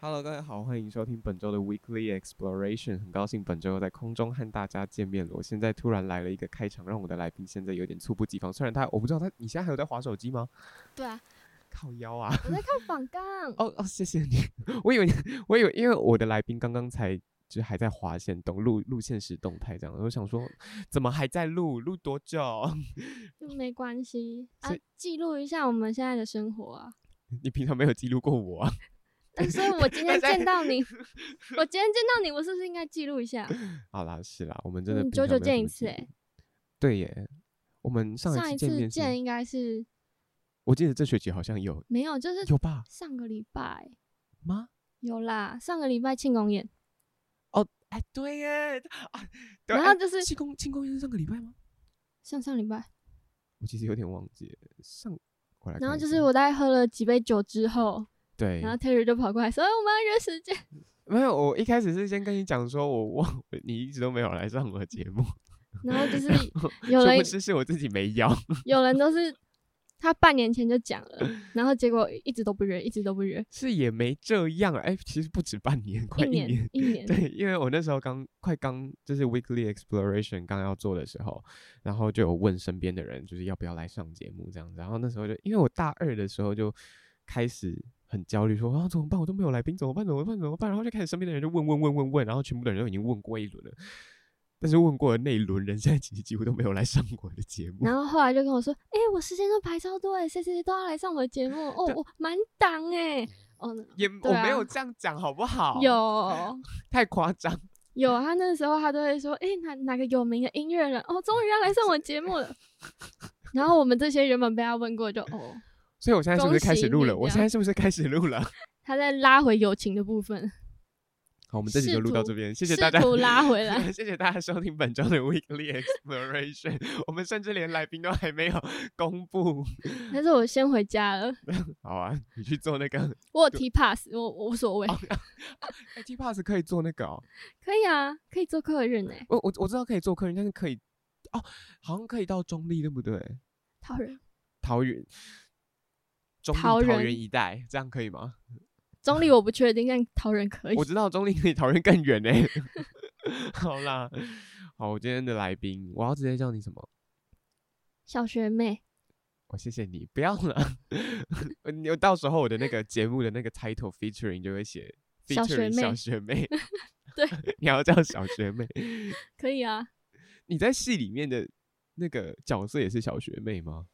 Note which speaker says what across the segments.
Speaker 1: Hello，大家好，欢迎收听本周的 Weekly Exploration。很高兴本周又在空中和大家见面了。我现在突然来了一个开场，让我的来宾现在有点猝不及防。虽然他，我不知道他，你现在还有在划手机吗？
Speaker 2: 对啊，
Speaker 1: 靠腰啊！
Speaker 2: 我在看仿纲。
Speaker 1: 哦哦，谢谢你。 我以为你，我以为因为我的来宾刚刚才就是还在划线动录录现实动态这样，我想说怎么还在录？录多久？
Speaker 2: 没关系啊
Speaker 1: 所以，
Speaker 2: 记录一下我们现在的生活 啊。
Speaker 1: 你平常没有记录过我啊？
Speaker 2: 但所以我今天
Speaker 1: 大家
Speaker 2: 见 到你，我今天见到你，我是不是应该记录一下？
Speaker 1: 好啦，是啦，我们真的平
Speaker 2: 嗯
Speaker 1: 常
Speaker 2: 久久
Speaker 1: 没有
Speaker 2: 见
Speaker 1: 什
Speaker 2: 一
Speaker 1: 么
Speaker 2: 次
Speaker 1: 记
Speaker 2: 欸
Speaker 1: 录对耶，我们上
Speaker 2: 上
Speaker 1: 一
Speaker 2: 一
Speaker 1: 次见
Speaker 2: 次
Speaker 1: 面
Speaker 2: 见
Speaker 1: 是，
Speaker 2: 应该是
Speaker 1: 我记得这学期好像有
Speaker 2: 没有，就是
Speaker 1: 有吧
Speaker 2: 上个礼拜
Speaker 1: 吗？
Speaker 2: 有啦，上个礼拜庆功宴，
Speaker 1: 哎，对耶，啊，对
Speaker 2: 然后
Speaker 1: 哎
Speaker 2: 就是
Speaker 1: 庆功庆功宴是上个礼拜吗？
Speaker 2: 上上礼拜，
Speaker 1: 我其实有点忘记了上，我来看一下。
Speaker 2: 然后就是我大概喝了几杯酒之后，
Speaker 1: 嗯对，
Speaker 2: 然后 Terry 就跑过来说哎我们要约时 间，
Speaker 1: 没有，我一开始是先跟你讲说我忘，你一直都没有来上我的节目，
Speaker 2: 然后就是有
Speaker 1: 殊
Speaker 2: 人
Speaker 1: 不知是我自己没邀。
Speaker 2: 有人都是他半年前就讲了， 然后结果一直都不约，一直都不约，
Speaker 1: 是也没这样，哎，其实不止半年，快
Speaker 2: 一
Speaker 1: 一
Speaker 2: 年一 年，
Speaker 1: 对，因为我那时候刚快刚就是 weekly exploration 刚要做的时候，然后就有问身边的人，就是要不要来上节目这样子。然后那时候就因为我大二的时候就开始很焦虑，说啊怎么办？我都没有来宾，怎么办？怎么办？怎么办？然后就开始身边的人就问问问问问，然后全部的人都已经问过一轮了。但是问过的那一轮人，现在其实几乎都没有来上我的节目。
Speaker 2: 然后后来就跟我说：“哎、我时间都排超多哎，谁谁谁都要来上我的节目哦
Speaker 1: 对，
Speaker 2: 我满档哎，哦，
Speaker 1: 也、
Speaker 2: 对
Speaker 1: 我没有
Speaker 2: 啊
Speaker 1: 这样讲好不好？
Speaker 2: 有
Speaker 1: 太夸张，
Speaker 2: 有，他那时候他都会说：哎、哪哪个有名的音乐人哦，终于要来上我节目了。 然后我们这些原本被他问过就哦，
Speaker 1: 所以我现在是不
Speaker 2: 恭
Speaker 1: 是开
Speaker 2: 喜
Speaker 1: 始录
Speaker 2: 你
Speaker 1: 了？我
Speaker 2: 这
Speaker 1: 现
Speaker 2: 样
Speaker 1: 在是不是开始录了？
Speaker 2: 他在拉回友情的部分，
Speaker 1: 好，我们这集就
Speaker 2: 试
Speaker 1: 录到
Speaker 2: 图
Speaker 1: 这边，谢
Speaker 2: 试
Speaker 1: 谢大家。
Speaker 2: 图拉 回来。
Speaker 1: 谢谢大家收听本周的 Weekly Exploration。我们甚至连来宾都还没有 公布。
Speaker 2: 但是我先回家了，
Speaker 1: 好啊，你去做那个、
Speaker 2: 我有 T pass，我我无所谓，
Speaker 1: 哦哎 T Pass 可以做那个、哦，
Speaker 2: 可以啊，可以做客人哎、
Speaker 1: 我我我知道可以做客人，但是可以哦，好像可以到中立对不对？
Speaker 2: 讨人
Speaker 1: 桃园，中立
Speaker 2: 桃
Speaker 1: 桃
Speaker 2: 园
Speaker 1: 园一带，这样可以吗？
Speaker 2: 中立我不确定，但讨人可以
Speaker 1: 我。知道中立可以桃园更远呢、 好 啦，好，我今天的来宾，我要直接叫你什么？
Speaker 2: 小学妹，
Speaker 1: 我谢谢你，不要了。 呃你有到时候我的那个节目的那个 title featuring 就会写
Speaker 2: 小学
Speaker 1: featuring
Speaker 2: 妹
Speaker 1: 小学妹，
Speaker 2: 对，
Speaker 1: 你要叫小学妹。
Speaker 2: 可以啊。
Speaker 1: 你在戏里面的那个角色也是小学妹吗？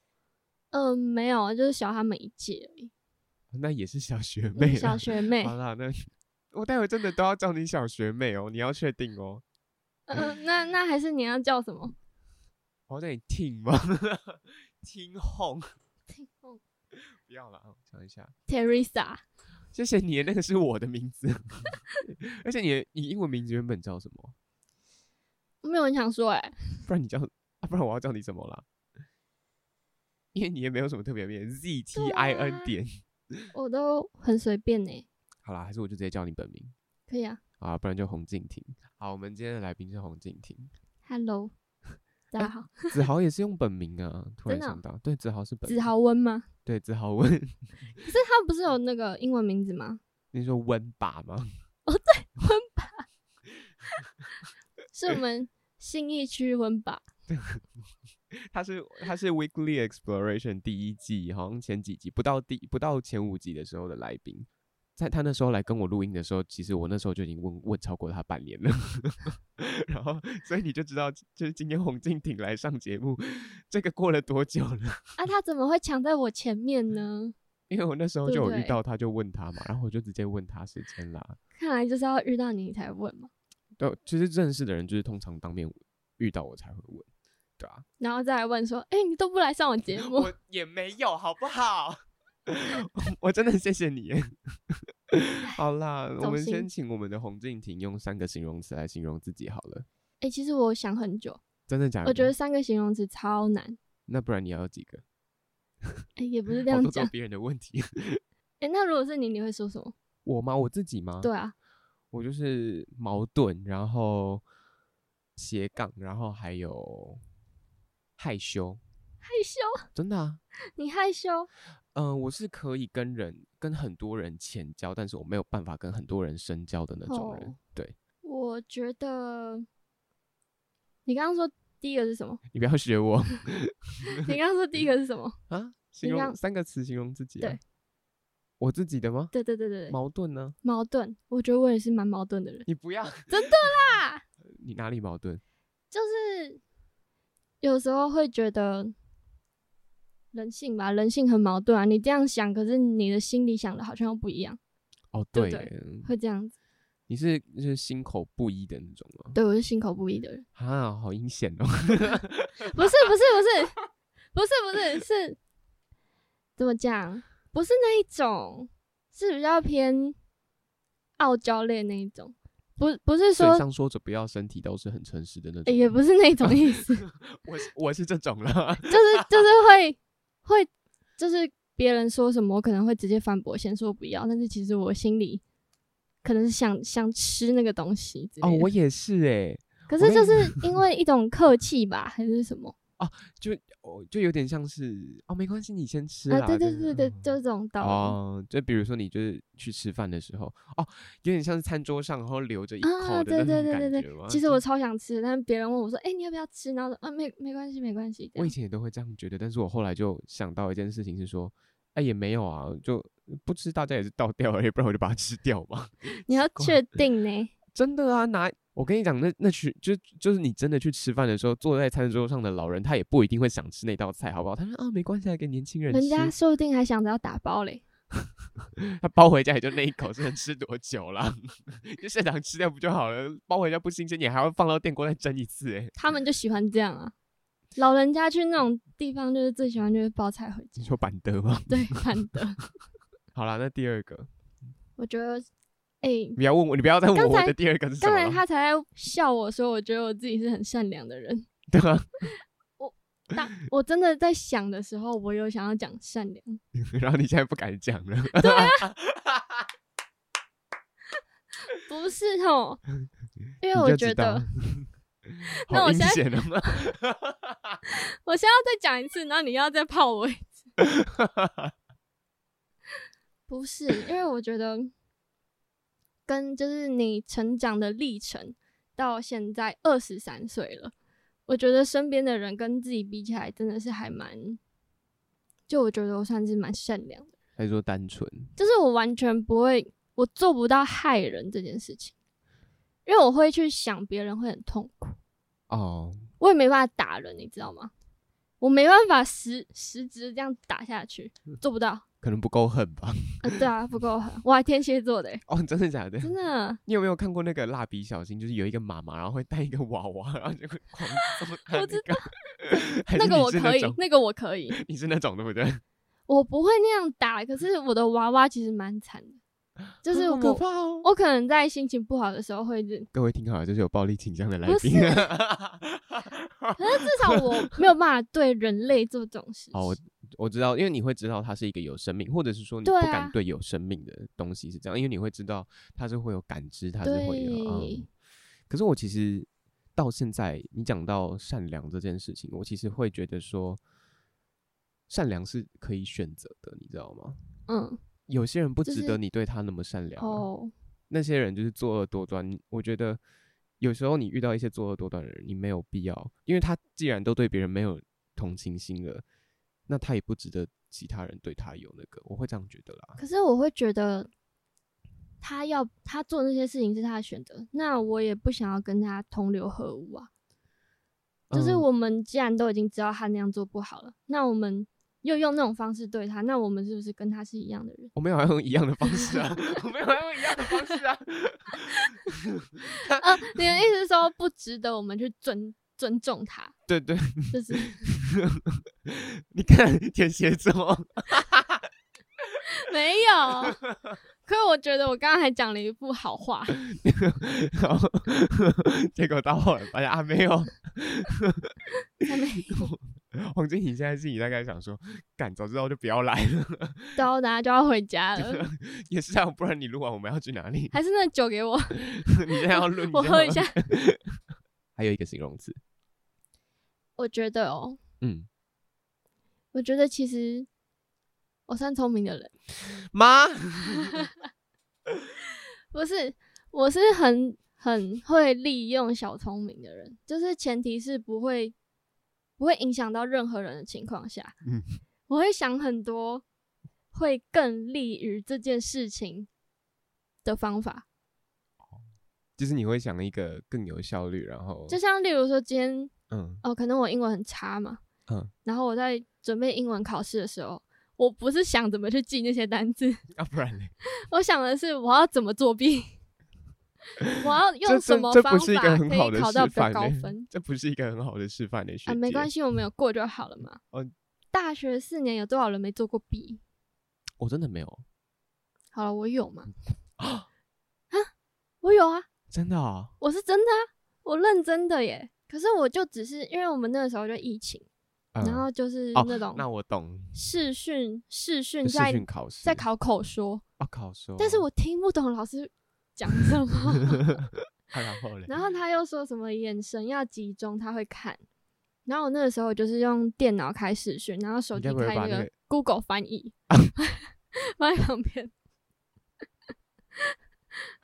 Speaker 2: 嗯，没有，啊，就是小他们一届而已。
Speaker 1: 哦那也是小学
Speaker 2: 嗯
Speaker 1: 妹啦。啊
Speaker 2: 小学妹，
Speaker 1: 好啦，那我待会真的都要叫你小学妹哦，你要确定哦。
Speaker 2: 嗯、那那还是你要叫什么？
Speaker 1: 我要叫你听吗？ 听哄，不要了，我想一下。
Speaker 2: Teresa
Speaker 1: 谢谢你，那个是我的名字， 而且你的你英文名字原本叫什么？
Speaker 2: 没有人想说哎、
Speaker 1: 不然你叫， 啊、不然我要叫你什么啦？ 因为你也没有什么特别名，Z T I
Speaker 2: 对
Speaker 1: N
Speaker 2: 啊
Speaker 1: 点。
Speaker 2: 我都很随便呢、
Speaker 1: 好啦，还是我就直接叫你本名
Speaker 2: 可以啊
Speaker 1: 啊，不然就洪敬婷。好，我们今天的来宾是洪敬 婷，
Speaker 2: ，Hello，大家好，
Speaker 1: 子豪也是用本名啊。突然
Speaker 2: 真的哦
Speaker 1: 想到，对，子豪是本名
Speaker 2: 子，豪温吗？
Speaker 1: 对，子豪温，
Speaker 2: 可是他不是有那个英文名字吗？
Speaker 1: 你说温爸吗？
Speaker 2: 是我们信义区温吧？
Speaker 1: 他是他是 Weekly Exploration 第一季，好像前几集不到第不到前五集的时候的来宾，在他那时候来跟我录音的时候，其实我那时候就已经问问超过他半年了， 然后所以你就知道，就是今天洪敬挺来上节目，这个过了多久了？
Speaker 2: 啊，他怎么会抢在我前面呢？
Speaker 1: 因为我那时候
Speaker 2: 对
Speaker 1: 就有遇
Speaker 2: 对
Speaker 1: 到他，就问他嘛，然后我就直接问他时间啦。
Speaker 2: 看来就是要遇到你才问嘛，
Speaker 1: 对，其实认识的人就是通常当面遇到我才会问，对啊，
Speaker 2: 然后再来问说，哎、你都不来上我节目，
Speaker 1: 也没有，好不好？ 我真的谢谢你耶。好啦，我
Speaker 2: 走
Speaker 1: 们
Speaker 2: 心
Speaker 1: 先请我们的洪敬婷用三个形容词来形容自己好了。
Speaker 2: 哎、其实我想很久，
Speaker 1: 真的假的？
Speaker 2: 我觉得三个形容词超难，
Speaker 1: 那不然你要有几个？
Speaker 2: 哎、也不是这
Speaker 1: 好
Speaker 2: 样
Speaker 1: 多
Speaker 2: 讲
Speaker 1: 哦都，别人的问题。
Speaker 2: 哎、那如果是你，你会说什么？
Speaker 1: 我吗？我自己吗？
Speaker 2: 对啊，
Speaker 1: 我就是矛盾，然后斜杠，然后还有害羞，
Speaker 2: 害羞，
Speaker 1: 真的啊。
Speaker 2: 你害羞，
Speaker 1: 嗯、我是可以跟人跟很多人浅交，但是我没有办法跟很多人深交的那种人。
Speaker 2: 哦
Speaker 1: 对
Speaker 2: 我觉得你刚刚说第一个是什么？
Speaker 1: 你不要学我
Speaker 2: 你刚刚说第一个是什么？
Speaker 1: 啊！形
Speaker 2: 你
Speaker 1: 容
Speaker 2: 让
Speaker 1: 三个词形容自己、啊。
Speaker 2: 对，
Speaker 1: 我自己的吗？
Speaker 2: 对对对对对，
Speaker 1: 矛盾呢？
Speaker 2: 矛盾。我觉得我也是蛮矛盾的人
Speaker 1: 你不要
Speaker 2: 真的啦，
Speaker 1: 你哪里矛盾？
Speaker 2: 就是有时候会觉得人性吧，人性很矛盾啊。你这样想，可是你的心里想的好像又不一样，
Speaker 1: 哦，
Speaker 2: 对
Speaker 1: 对
Speaker 2: 对
Speaker 1: 耶，
Speaker 2: 会这样子。
Speaker 1: 你是就是心口不一的那种吗？
Speaker 2: 对我是心口不一的人，
Speaker 1: 啊，好阴险哦！
Speaker 2: 不是不是不 是不是不是是怎么讲？不是那一种，是比较偏傲娇类那一种。不不是
Speaker 1: 嘴
Speaker 2: 说
Speaker 1: 上说着不要，身体都是很诚实的那
Speaker 2: 欸
Speaker 1: 种。
Speaker 2: 也不是那种意 思，
Speaker 1: 我是我是这种 了。
Speaker 2: 就是就是会会就是别人说什么，我可能会直接反驳，先说不要，但是其实我心里可能是想想吃那个东西之类
Speaker 1: 哦，
Speaker 2: 的
Speaker 1: 我也是哎，
Speaker 2: 可
Speaker 1: 我
Speaker 2: 是
Speaker 1: 跟
Speaker 2: 就
Speaker 1: 你
Speaker 2: 是因为一种客气吧，还是什么
Speaker 1: 就哦就有点像是哦，没关系，你先吃
Speaker 2: 啊
Speaker 1: 啦。？
Speaker 2: 对对
Speaker 1: 就是
Speaker 2: 对对，
Speaker 1: 嗯
Speaker 2: 就这种道理。
Speaker 1: 哦，就比如说你就是去吃饭的时候，哦，有点像是餐桌上然后留着一口的
Speaker 2: 啊，对对
Speaker 1: 那种
Speaker 2: 对对
Speaker 1: 感
Speaker 2: 对
Speaker 1: 觉吗，？
Speaker 2: 其实
Speaker 1: 就
Speaker 2: 我超想吃的，但是别人问我说：“哎、你要不要吃？”然后说：“啊，没没关系，没关系。”这
Speaker 1: 我以
Speaker 2: 样
Speaker 1: 前也都会这样觉得，但是我后来就想到一件事情是说，哎也没有啊，就不吃大家也是倒掉而已，不然我就把它吃掉嘛。
Speaker 2: 你要
Speaker 1: 怪
Speaker 2: 确定呢？
Speaker 1: 真的啊，拿我跟你讲，那那群就就是你真的去吃饭的时候，坐在餐桌上的老人，他也不一定会想吃那道菜，好不好？他说啊，没关系，还给年轻人
Speaker 2: 人
Speaker 1: 吃，
Speaker 2: 家说不定还想着要打包嘞。
Speaker 1: 他包回家也就那一口，是能吃多久啦？ 就现场吃掉不就好了？包回家不新鲜，你还要放到电锅再蒸一次、哎，
Speaker 2: 他们就喜欢这样啊。老人家去那种地方，就是最喜欢就是包菜回家
Speaker 1: 你，说板德吗？
Speaker 2: 对，难得。
Speaker 1: 好啦，那第二个，
Speaker 2: 我觉得，哎、
Speaker 1: 你不要问我，你不要再问
Speaker 2: 刚
Speaker 1: 我
Speaker 2: 才
Speaker 1: 我的第二个是什
Speaker 2: 刚
Speaker 1: 么
Speaker 2: 才
Speaker 1: 了，
Speaker 2: 他才在笑我说，我觉得我自己是很善良 的人。
Speaker 1: 对啊，
Speaker 2: 当我真的在想的时候，我有想要讲善良，
Speaker 1: 然后你现在不敢讲了，
Speaker 2: 不是哦， 因为
Speaker 1: 你
Speaker 2: 我
Speaker 1: 就
Speaker 2: 觉
Speaker 1: 知道
Speaker 2: 得，那
Speaker 1: 好
Speaker 2: 我
Speaker 1: 阴
Speaker 2: 现在
Speaker 1: 险 啊！
Speaker 2: 我现在要再讲一次，然后你要再泡我一次。 不是，因为我觉得跟就是你成长的历程到现在二十三岁了，我觉得身边的人跟自己比起来，真的是还蛮，就我觉得我算是蛮善良的，
Speaker 1: 还说单纯，
Speaker 2: 就是我完全不会，我做不到害人这件事情，因为我会去想别人会很痛苦，
Speaker 1: 哦，
Speaker 2: 我也没办法打人，你知道吗？我没办法实实质这样打下去，
Speaker 1: 嗯
Speaker 2: 做不到。
Speaker 1: 可能不够狠吧？
Speaker 2: 啊，对啊，不够狠，我还天蝎座的欸、
Speaker 1: 哦，真的假的？
Speaker 2: 真的。
Speaker 1: 你有没有看过那个蜡笔小新？就是有一个妈妈，然后会带一个娃娃，然后就会狂揍他那
Speaker 2: 我
Speaker 1: 个
Speaker 2: 知。
Speaker 1: 还
Speaker 2: 那
Speaker 1: 是
Speaker 2: 个
Speaker 1: 你
Speaker 2: 我
Speaker 1: 是
Speaker 2: 可以
Speaker 1: 种，
Speaker 2: 那个我可 以，
Speaker 1: 你是那种对不对？
Speaker 2: 我不会那样打。可是我的娃娃其实蛮惨的，就是
Speaker 1: 好
Speaker 2: 我
Speaker 1: 可怕哦！
Speaker 2: 我可能在心情不好的时候会是，
Speaker 1: 各位听好了，这是有暴力倾向的来
Speaker 2: 不
Speaker 1: 宾。
Speaker 2: 可是至少我没有办法对人类做这种事情。
Speaker 1: 好，哦我我知道，因为你会知道它是一个有生命，或者是说你不
Speaker 2: 对
Speaker 1: 敢
Speaker 2: 啊
Speaker 1: 对有生命的东西是这样，因为你会知道它是会有感知，它是会有。嗯
Speaker 2: 对、
Speaker 1: 可是我其实到现在，你讲到善良这件事情，我其实会觉得说，善良是可以选择的，你知道吗？
Speaker 2: 嗯，
Speaker 1: 有些人不
Speaker 2: 就
Speaker 1: 值
Speaker 2: 是
Speaker 1: 得你对他那么善良、啊，
Speaker 2: 哦，
Speaker 1: 那些人就是作恶多端。我觉得有时候你遇到一些作恶多端的人，你没有必要，因为他既然都对别人没有同情心了，那他也不值得其他人对他有那个。我会这样觉得啦。
Speaker 2: 可是我会觉得他要他做那些事情是他的选择，那我也不想要跟他同流合污啊。就是
Speaker 1: 嗯
Speaker 2: 我们既然都已经知道他那样做不好了，那我们又用那种方式对他，那我们是不是跟他是一样的 人？
Speaker 1: 我没有要用一样的方式 啊，我 没有要用一样的方式啊。
Speaker 2: 呃，你的意思是说不值得我们去尊尊重他，
Speaker 1: 对对，
Speaker 2: 就是
Speaker 1: 你看天蝎座，
Speaker 2: 没有。可是我觉得我刚刚还讲了一副好话，
Speaker 1: 然后 结果到后来发现啊，没有。
Speaker 2: 还没
Speaker 1: 黄金，你现在自己大概想说，干，早知道就不要来了。
Speaker 2: 然后大家就要回家了。
Speaker 1: 也是这样，不然你录完我们要去哪里？
Speaker 2: 还是那酒给我，
Speaker 1: 你现在要录，你
Speaker 2: 我
Speaker 1: 先
Speaker 2: 喝
Speaker 1: 要
Speaker 2: 一下。
Speaker 1: 还有一个形容词，
Speaker 2: 我觉得哦，
Speaker 1: 嗯，
Speaker 2: 我觉得其实我算聪明的人，
Speaker 1: 妈，
Speaker 2: 不是，我是很很会利用小聪明的人，就是前提是不会不会影响到任何人的情况下，
Speaker 1: 嗯
Speaker 2: 我会想很多会更利于这件事情的方法，
Speaker 1: 就是你会想一个更有效率，然后
Speaker 2: 就像例如说今天
Speaker 1: 嗯
Speaker 2: 哦，可能我英文很差嘛，
Speaker 1: 嗯
Speaker 2: 然后我在准备英文考试的时候。我不是想怎么去记那些单字，
Speaker 1: 啊，不然呢？
Speaker 2: 我想的是我要怎么作弊， 我要
Speaker 1: 这
Speaker 2: 用
Speaker 1: 这
Speaker 2: 什么
Speaker 1: 这
Speaker 2: 方
Speaker 1: 不是一
Speaker 2: 法
Speaker 1: 个很
Speaker 2: 可
Speaker 1: 好
Speaker 2: 以
Speaker 1: 的
Speaker 2: 考到
Speaker 1: 示
Speaker 2: 比较
Speaker 1: 范欸
Speaker 2: 高
Speaker 1: 呢
Speaker 2: 分。
Speaker 1: 这不是一个很好的示范的学
Speaker 2: 啊，没关
Speaker 1: 系，
Speaker 2: 系，我们有过就好了嘛。
Speaker 1: 嗯哦
Speaker 2: 大学四年有多少人没做过弊？
Speaker 1: 我真的没有，
Speaker 2: 好了，我有嘛？
Speaker 1: 嗯
Speaker 2: 啊，我有啊，
Speaker 1: 真的啊，
Speaker 2: 我是真的啊，我认真的耶。可是我就只是因为我们那个时候就疫情，
Speaker 1: 嗯
Speaker 2: 然后就是
Speaker 1: 哦
Speaker 2: 那种
Speaker 1: 那我懂，
Speaker 2: 视讯视讯
Speaker 1: 视
Speaker 2: 在
Speaker 1: 讯嗯考试
Speaker 2: 在考口说，
Speaker 1: 啊考说，
Speaker 2: 但是我听不懂老师讲 什么。
Speaker 1: 啊然后嘞，
Speaker 2: 然后他又说什么眼神要集中，他会看。然后我那个时候就是用电脑开视讯，然后手
Speaker 1: 你
Speaker 2: 机
Speaker 1: 该不会
Speaker 2: 开
Speaker 1: 把
Speaker 2: 那
Speaker 1: 那
Speaker 2: 个
Speaker 1: 个
Speaker 2: Google 翻 译，放在旁边。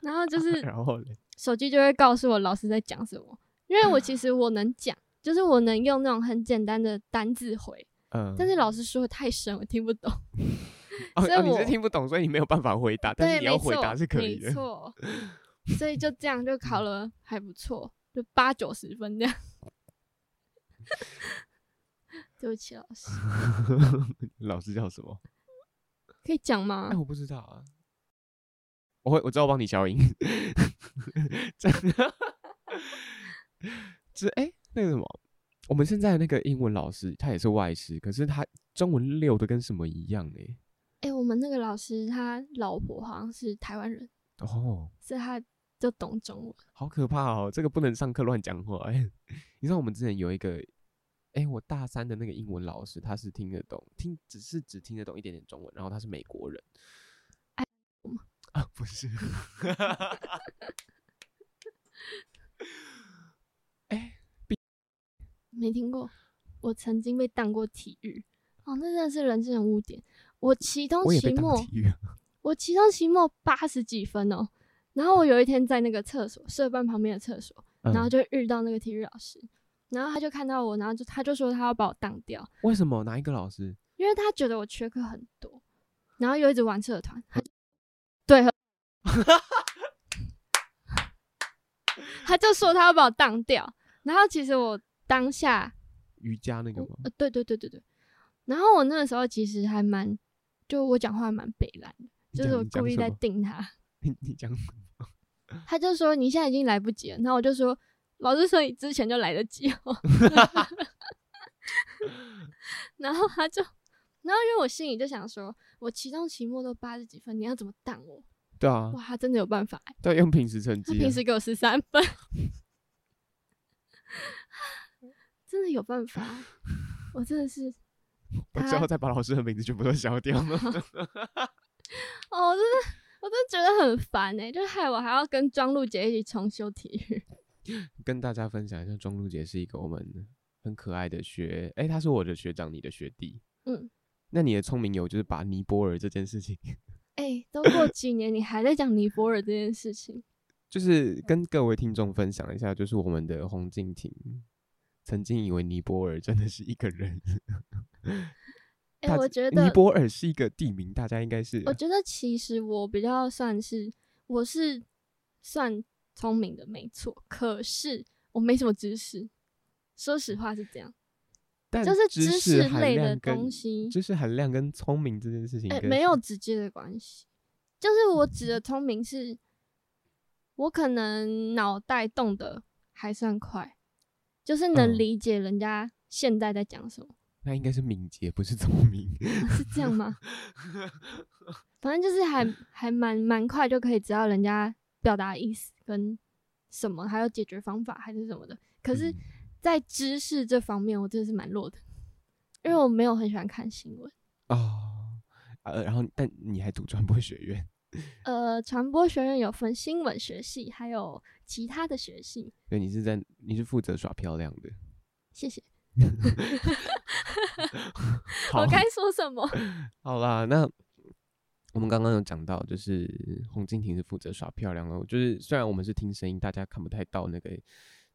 Speaker 2: 然后就 是
Speaker 1: 然后嘞，
Speaker 2: 手机就会告诉我老师在讲什么，因为我其实我能讲，就是我能用那种很简单的单字回，
Speaker 1: 嗯，
Speaker 2: 但是老师说的太深，我听不懂。
Speaker 1: 哦
Speaker 2: 所以
Speaker 1: 哦你
Speaker 2: 我
Speaker 1: 是听不懂，所以你没有办法回答，但是
Speaker 2: 对，没
Speaker 1: 你要回答
Speaker 2: 错
Speaker 1: 是可以
Speaker 2: 没
Speaker 1: 的。 嗯
Speaker 2: 错。所以就这样就考了还不错，就八九十分这样。 对不起，老师，
Speaker 1: 老师叫什么？
Speaker 2: 可以讲吗
Speaker 1: 哎，？我不知道啊。我会，我知道我帮你消 音。真的，这哎、那个什么，我们现在那个英文老师他也是外师，可是他中文溜的跟什么一样哎、
Speaker 2: 哎、我们那个老师他老婆好像是台湾人，
Speaker 1: 哦，
Speaker 2: 所以他就懂中文。
Speaker 1: 好可怕哦！这个不能上课乱讲话。哎， 你知道我们之前有一个，哎、我大三的那个英文老师，他是听得懂，听只是只听得懂一点点中文，然后他是美国人。
Speaker 2: 哎
Speaker 1: 啊，不是。
Speaker 2: 没听过，我曾经被当过体育，哦，那真的是人生污点。我期中
Speaker 1: 我也
Speaker 2: 期
Speaker 1: 被当
Speaker 2: 末，
Speaker 1: 体育了
Speaker 2: 我期中期末八十几分哦。然后我有一天在那个厕所，社办旁边的厕所，然后
Speaker 1: 嗯
Speaker 2: 就遇到那个体育老师，然后他就看到我，然后就他就说他要把我当掉，
Speaker 1: 为什么哪一个老师？
Speaker 2: 因为他觉得我缺课很多，然后又一直玩社团，他就对，他就说他要把我当掉，然后其实我当下，
Speaker 1: 瑜伽那个吗？
Speaker 2: 呃，对对对对对，然后我那个时候其实还蛮，就我讲话还蛮北蓝的，
Speaker 1: 你
Speaker 2: 就是
Speaker 1: 讲你讲
Speaker 2: 我故意
Speaker 1: 什
Speaker 2: 在
Speaker 1: 么
Speaker 2: 定他，
Speaker 1: 你你讲什么
Speaker 2: 他就说你现在已经来不及了，然后我就说老师说你之前就来得及哦， 然后他就，然后因为我心里就想说，我期中期末都八十几分，你要怎么挡我？
Speaker 1: 对啊，
Speaker 2: 哇，他真的有办法欸、
Speaker 1: 对，用平时成
Speaker 2: 他
Speaker 1: 绩啊。
Speaker 2: 平时给我十三分， 真的有办法欸，我真的是
Speaker 1: 我之
Speaker 2: 他
Speaker 1: 后再把老师的名字全部都消 掉。
Speaker 2: 哦，我真的我真的觉得很烦哎、就害我还要跟庄露姐一起重修体育。
Speaker 1: 跟大家分享一下，庄露姐是一个我们很可爱的学，哎、她是我的学长，你的学弟。
Speaker 2: 嗯，
Speaker 1: 那你的聪明有就是把尼泊尔这件事情，
Speaker 2: 哎、都过几年你还在讲尼泊尔这件事情，
Speaker 1: 就是跟各位听众分享一下，就是我们的洪敬婷曾经以为尼泊尔真的是一个人，
Speaker 2: 哎、
Speaker 1: 大
Speaker 2: 我
Speaker 1: 家
Speaker 2: 觉
Speaker 1: 尼
Speaker 2: 得，
Speaker 1: 泊尔是一个地名，大家应该是
Speaker 2: 我觉得其实我比较算是，我是算聪明的，没错。可是我没什么知识，说实话是这样。
Speaker 1: 但
Speaker 2: 就是
Speaker 1: 知
Speaker 2: 知
Speaker 1: 识
Speaker 2: 识
Speaker 1: 含
Speaker 2: 类
Speaker 1: 量
Speaker 2: 的
Speaker 1: 跟
Speaker 2: 东西
Speaker 1: 知识含量跟聪明这件事情
Speaker 2: 哎、
Speaker 1: 跟
Speaker 2: 没有直接的关系。就是我指
Speaker 1: 嗯
Speaker 2: 的聪明是，我可能脑袋动的还算快，就是能
Speaker 1: 嗯
Speaker 2: 理解人家现在在讲什么，
Speaker 1: 那应该是敏捷，不是聪明。
Speaker 2: 是这样吗？反正就是还还蛮蛮快就可以知道人家表达的意思跟什么，还有解决方法还是什么的。可是
Speaker 1: 嗯，
Speaker 2: 在知识这方面，我真的是蛮弱的，因为我没有很喜欢看新闻。
Speaker 1: 哦，呃，然后但你还读传播学院，
Speaker 2: 呃，传播学院有分新闻学系，还有其他的学系。
Speaker 1: 对，你是在你是负责耍漂亮的。
Speaker 2: 谢谢。
Speaker 1: 好
Speaker 2: 我，该说什么？
Speaker 1: 好啦，那我们刚刚有讲到，就是洪敬婷是负责耍漂亮的。就是虽然我们是听声音，大家看不太到那个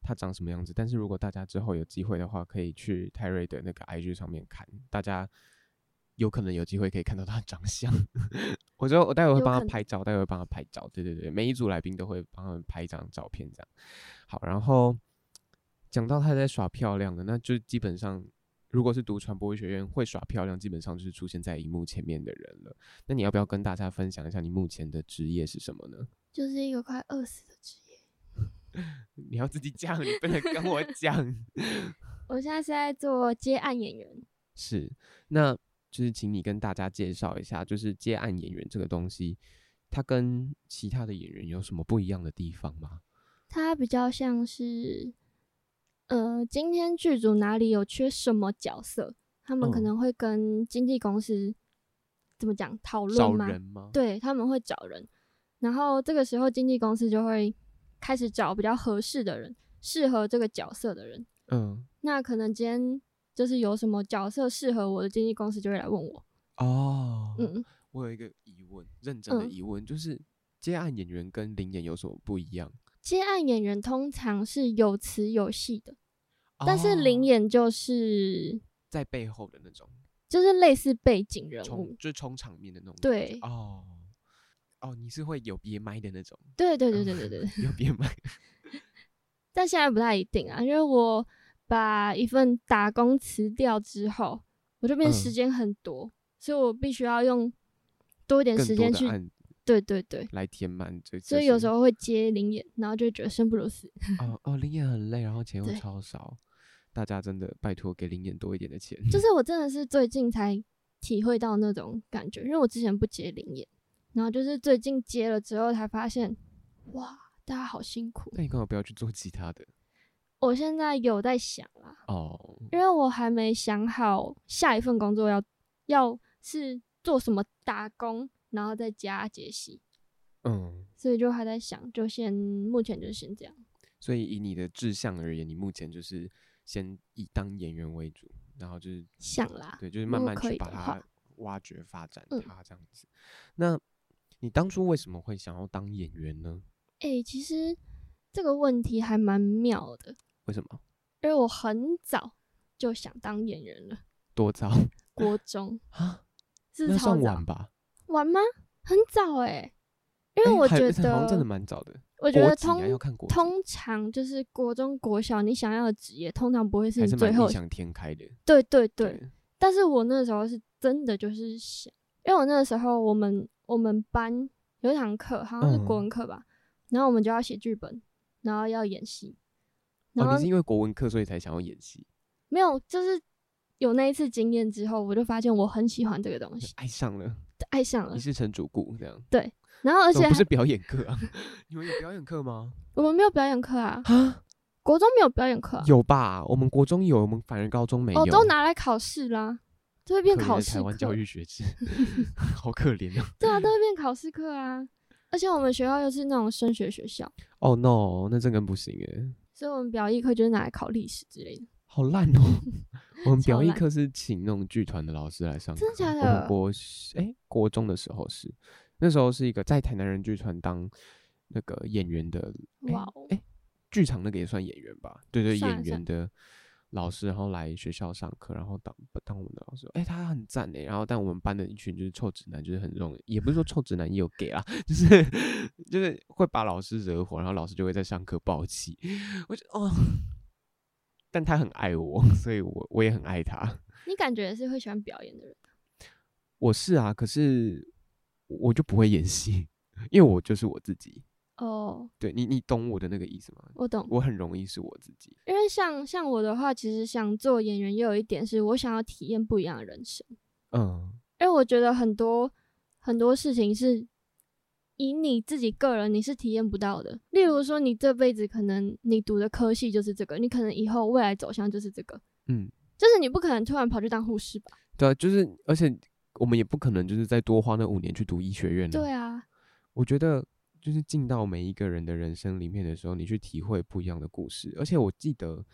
Speaker 1: 她长什么样子，但是如果大家之后有机会的话，可以去泰瑞的那个 IG 上面看，大家有可能有机会可以看到她的长相。 我觉得我待会会
Speaker 2: 有
Speaker 1: 帮
Speaker 2: 可
Speaker 1: 她
Speaker 2: 能
Speaker 1: 拍照，待会会帮她拍照。对对对，每一组来宾都会帮他们拍一张照片这样。好，然后讲到她在耍漂亮的，那就基本上如果是读传播学院会耍漂亮，基本上就是出现在荧幕前面的人了。那你要不要跟大家分享一下你目前的职业是什么呢？
Speaker 2: 就是一个快饿死的职业。
Speaker 1: 你要自己讲，你不能跟我讲。
Speaker 2: 我现在是在做接案演员，
Speaker 1: 是，那就是请你跟大家介绍一下，就是接案演员这个东西，它跟其他的演员有什么不一样的地方吗？
Speaker 2: 它比较像是，呃，今天剧组哪里有缺什么角色，他们可
Speaker 1: 嗯
Speaker 2: 能会跟经纪公司怎么讲讨
Speaker 1: 找
Speaker 2: 论吗？
Speaker 1: 人吗？，
Speaker 2: 对，他们会找人，然后这个时候经纪公司就会开始找比较合适的人，适合这个角色的人。
Speaker 1: 嗯，
Speaker 2: 那可能今天就是有什么角色适合我的经纪公司就会来问我，
Speaker 1: 哦，
Speaker 2: 嗯，
Speaker 1: 我有一个疑问，认真的
Speaker 2: 嗯
Speaker 1: 疑问，就是接案演员跟零演有什么不一样？
Speaker 2: 接案演员通常是有词有戏的，但是
Speaker 1: 零
Speaker 2: 灵演就是
Speaker 1: 哦在背后的那种
Speaker 2: 就是类似背景人
Speaker 1: 冲，
Speaker 2: 物，
Speaker 1: 就是冲场面的那种感觉。
Speaker 2: 对
Speaker 1: 哦哦，你是会有别麦的那种，
Speaker 2: 对对
Speaker 1: 嗯
Speaker 2: 对对对对对。
Speaker 1: 有别 麦。
Speaker 2: 但现在不太一定啊，因为我把一份打工辞掉之后，我这边
Speaker 1: 嗯
Speaker 2: 时间很多，所以我必须要用多一点
Speaker 1: 更
Speaker 2: 时
Speaker 1: 多
Speaker 2: 间
Speaker 1: 的
Speaker 2: 去，
Speaker 1: 案
Speaker 2: 对对对，
Speaker 1: 来填满这，
Speaker 2: 所以有时
Speaker 1: 候
Speaker 2: 候会接零演，然后就会觉得生不如死。
Speaker 1: 哦哦，零演很累，然后钱又
Speaker 2: 对
Speaker 1: 超少，大家真的拜托给零演多一点的钱。
Speaker 2: 就是我真的是最近才体会到那种感觉，因为我之前不接零演，然后就是最近接了之后才发现，哇，大家好辛苦。
Speaker 1: 那你干嘛不要去做其他的？
Speaker 2: 我现在有在想啦，
Speaker 1: 哦，
Speaker 2: 因为我还没想好下一份工作要要是做什么打工，然后再加解析，
Speaker 1: 嗯，
Speaker 2: 所以就还在想，就先目前就先这样。
Speaker 1: 所以以你的志向而言，你目前就是先以当演员为主，然后就是
Speaker 2: 想啦
Speaker 1: 对，就是
Speaker 2: 啊如
Speaker 1: 慢
Speaker 2: 果
Speaker 1: 慢
Speaker 2: 可
Speaker 1: 去
Speaker 2: 以
Speaker 1: 把
Speaker 2: 的话
Speaker 1: 它挖掘、发展
Speaker 2: 嗯
Speaker 1: 它这样子。那你当初为什么会想要当演员呢？
Speaker 2: 诶、其实这个问题还蛮妙的，
Speaker 1: 为什么？
Speaker 2: 因为我很早就想当演员了，
Speaker 1: 多早
Speaker 2: 国中
Speaker 1: 啊？
Speaker 2: 是
Speaker 1: 那
Speaker 2: 超
Speaker 1: 算
Speaker 2: 早
Speaker 1: 晚吧？
Speaker 2: 晚吗？很早诶、因为
Speaker 1: 诶
Speaker 2: 我
Speaker 1: 还
Speaker 2: 觉
Speaker 1: 这好像真的
Speaker 2: 得，
Speaker 1: 蛮早的。
Speaker 2: 我觉得
Speaker 1: 国籍啊
Speaker 2: 通
Speaker 1: 要看国籍
Speaker 2: 通常就是国中、国小，你想要的职业通常不会是
Speaker 1: 还
Speaker 2: 你
Speaker 1: 是
Speaker 2: 最
Speaker 1: 蛮
Speaker 2: 后
Speaker 1: 异想天开的。
Speaker 2: 对对对，，但是我那时候是真的就是想，因为我那时候我们我们班有一堂课，好像是国
Speaker 1: 嗯
Speaker 2: 文课吧，然后我们就要写剧本，然后要演戏，然
Speaker 1: 哦，
Speaker 2: 后
Speaker 1: 你是因为国文课所以才想要演戏，
Speaker 2: 没有就是有那一次经验之后，我就发现我很喜欢这个东西，
Speaker 1: 爱上了，
Speaker 2: 爱上了
Speaker 1: 你。是城主顾这样。
Speaker 2: 然呃后而
Speaker 1: 怎么
Speaker 2: 且
Speaker 1: 不
Speaker 2: 还
Speaker 1: 是表演课啊？ 你们有表演课吗？
Speaker 2: 我们没有表演课啊，国中没有表演课啊，
Speaker 1: 有吧？我们国中有，我们反而高中没有。
Speaker 2: 哦，都拿来考试啦，都会变
Speaker 1: 可怜
Speaker 2: 考
Speaker 1: 的
Speaker 2: 试
Speaker 1: 台湾教
Speaker 2: 课
Speaker 1: 育学 制，好可怜啊！
Speaker 2: 对啊，都会变考试课啊。而且我们学校又是那种升学学校，
Speaker 1: 哦、no，那真的不行哎。
Speaker 2: 所以我们表演课就是拿来考历史之类的。
Speaker 1: 好烂 哦！我们
Speaker 2: 超
Speaker 1: 表演
Speaker 2: 烂
Speaker 1: 课是请那种剧团的老师来上课，
Speaker 2: 真的假
Speaker 1: 我们
Speaker 2: 的
Speaker 1: 国哎、国中的时候是，那时候是一个在台南人剧团当那个演员的，诶
Speaker 2: 哇哦！
Speaker 1: 诶剧场那个也算演员吧？对对，
Speaker 2: 算
Speaker 1: 演
Speaker 2: 了算
Speaker 1: 员的老师，然后来学校上课，然后当当我们的老师，哎、他很赞哎。然后但我们班的一群就是臭直男，就是很容易，也不是说臭直男，也有 gay 啦，就是就是会把老师惹火，然后老师就会在上课暴气。我就哦，但他很爱我，所以我我也很爱他。
Speaker 2: 你感觉是会喜欢表演的人，
Speaker 1: 我是啊，可是我就不会演戏，因为我就是我自己。
Speaker 2: 哦，
Speaker 1: 对你，你懂我的那个意思吗？
Speaker 2: 我懂。
Speaker 1: 我很容易是我自己。
Speaker 2: 因为像像我的话，其实想做演员，也有一点是我想要体验不一样的人生。
Speaker 1: 嗯，
Speaker 2: 因为我觉得很多很多事情是以你自己个人你是体验不到的。例如说，你这辈子可能你读的科系就是这个，你可能以后未来走向就是这个，
Speaker 1: 嗯，
Speaker 2: 就是你不可能突然跑去当护士吧？
Speaker 1: 对啊，就是，而且我们也不可能就是再多花那五年去读医学院了。
Speaker 2: 对啊，
Speaker 1: 我觉得就是进到每一个人的人生里面的时候，你去体会不一样的故事。而且我记得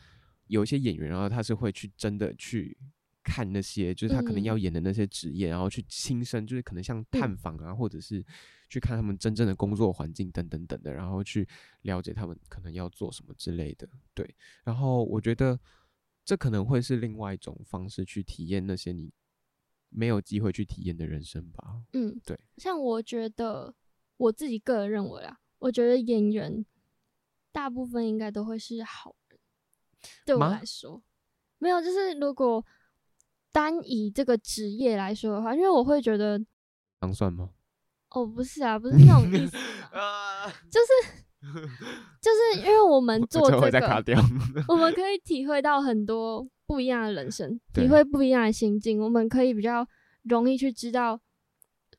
Speaker 1: 有一些演员，然后他是会去真的去看那些，就是他可能
Speaker 2: 嗯
Speaker 1: 要演的那些职业，然后去亲身，就是可能像探访啊，或者是去看他们真正的工作环境等等等的，然后去了解他们可能要做什么之类的。对，然后我觉得这可能会是另外一种方式去体验那些你。没有机会去体验的人生吧，
Speaker 2: 嗯，
Speaker 1: 对。
Speaker 2: 像我觉得我自己个人认为啦，我觉得演员大部分应该都会是好人。对我
Speaker 1: 吗
Speaker 2: 来说，没有，就是如果单以这个职业来说的话，因为我会觉得，
Speaker 1: 当算吗？
Speaker 2: 哦，不是啊，不是那种意 思嘛，
Speaker 1: 啊，
Speaker 2: 就是因为我们做
Speaker 1: 最后
Speaker 2: 这
Speaker 1: 再卡
Speaker 2: 个，
Speaker 1: 掉。
Speaker 2: 我们可以体会到很多不一样的人生，体
Speaker 1: 对
Speaker 2: 会不一样的心境，我们可以比较容易去知道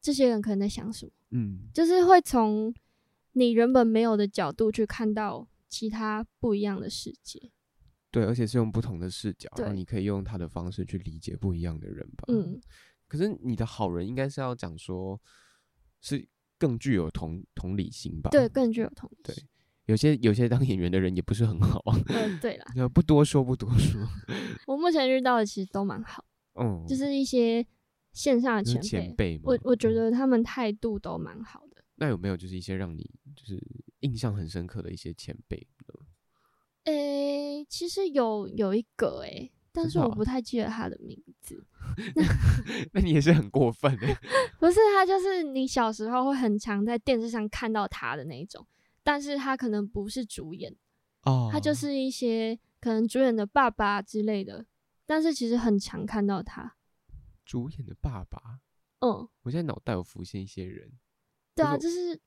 Speaker 2: 这些人可能在想什么。
Speaker 1: 嗯，
Speaker 2: 就是会从你原本没有的角度去看到其他不一样的世界。
Speaker 1: 对，而且是用不同的视角，然后
Speaker 2: 对
Speaker 1: 你可以用他的方式去理解不一样的人吧。
Speaker 2: 嗯，
Speaker 1: 可是你的好人应该是要讲说，是更具有同同理心吧？
Speaker 2: 对，，更具有同理
Speaker 1: 嗯对
Speaker 2: 心。
Speaker 1: 有些有些当演员的人也不是很好啊，
Speaker 2: 嗯，对啦，
Speaker 1: 那不多说不多说。
Speaker 2: 我目前遇到的其实都蛮好，
Speaker 1: 嗯，
Speaker 2: 就是一些线上的
Speaker 1: 就是
Speaker 2: 前辈，
Speaker 1: 前辈嘛。
Speaker 2: 我我觉
Speaker 1: 嗯
Speaker 2: 得他们态度都蛮好的。
Speaker 1: 那有没有就是一些让你就是印象很深刻的一些前辈呢？
Speaker 2: 诶、其实有有一个诶、但
Speaker 1: 真
Speaker 2: 是
Speaker 1: 的
Speaker 2: 我
Speaker 1: 啊
Speaker 2: 不太记得他的名字。
Speaker 1: 那你也是很过分哎、
Speaker 2: 不是他，就是你小时候会很常在电视上看到他的那一种，但是他可能不是主演。
Speaker 1: 哦，
Speaker 2: 他就是一些可能主演的爸爸之类的，但是其实很常看到他。
Speaker 1: 主演的爸爸。
Speaker 2: 嗯，
Speaker 1: 我现在脑袋有浮现一些人，
Speaker 2: 对
Speaker 1: 可
Speaker 2: 啊，
Speaker 1: 是
Speaker 2: 就是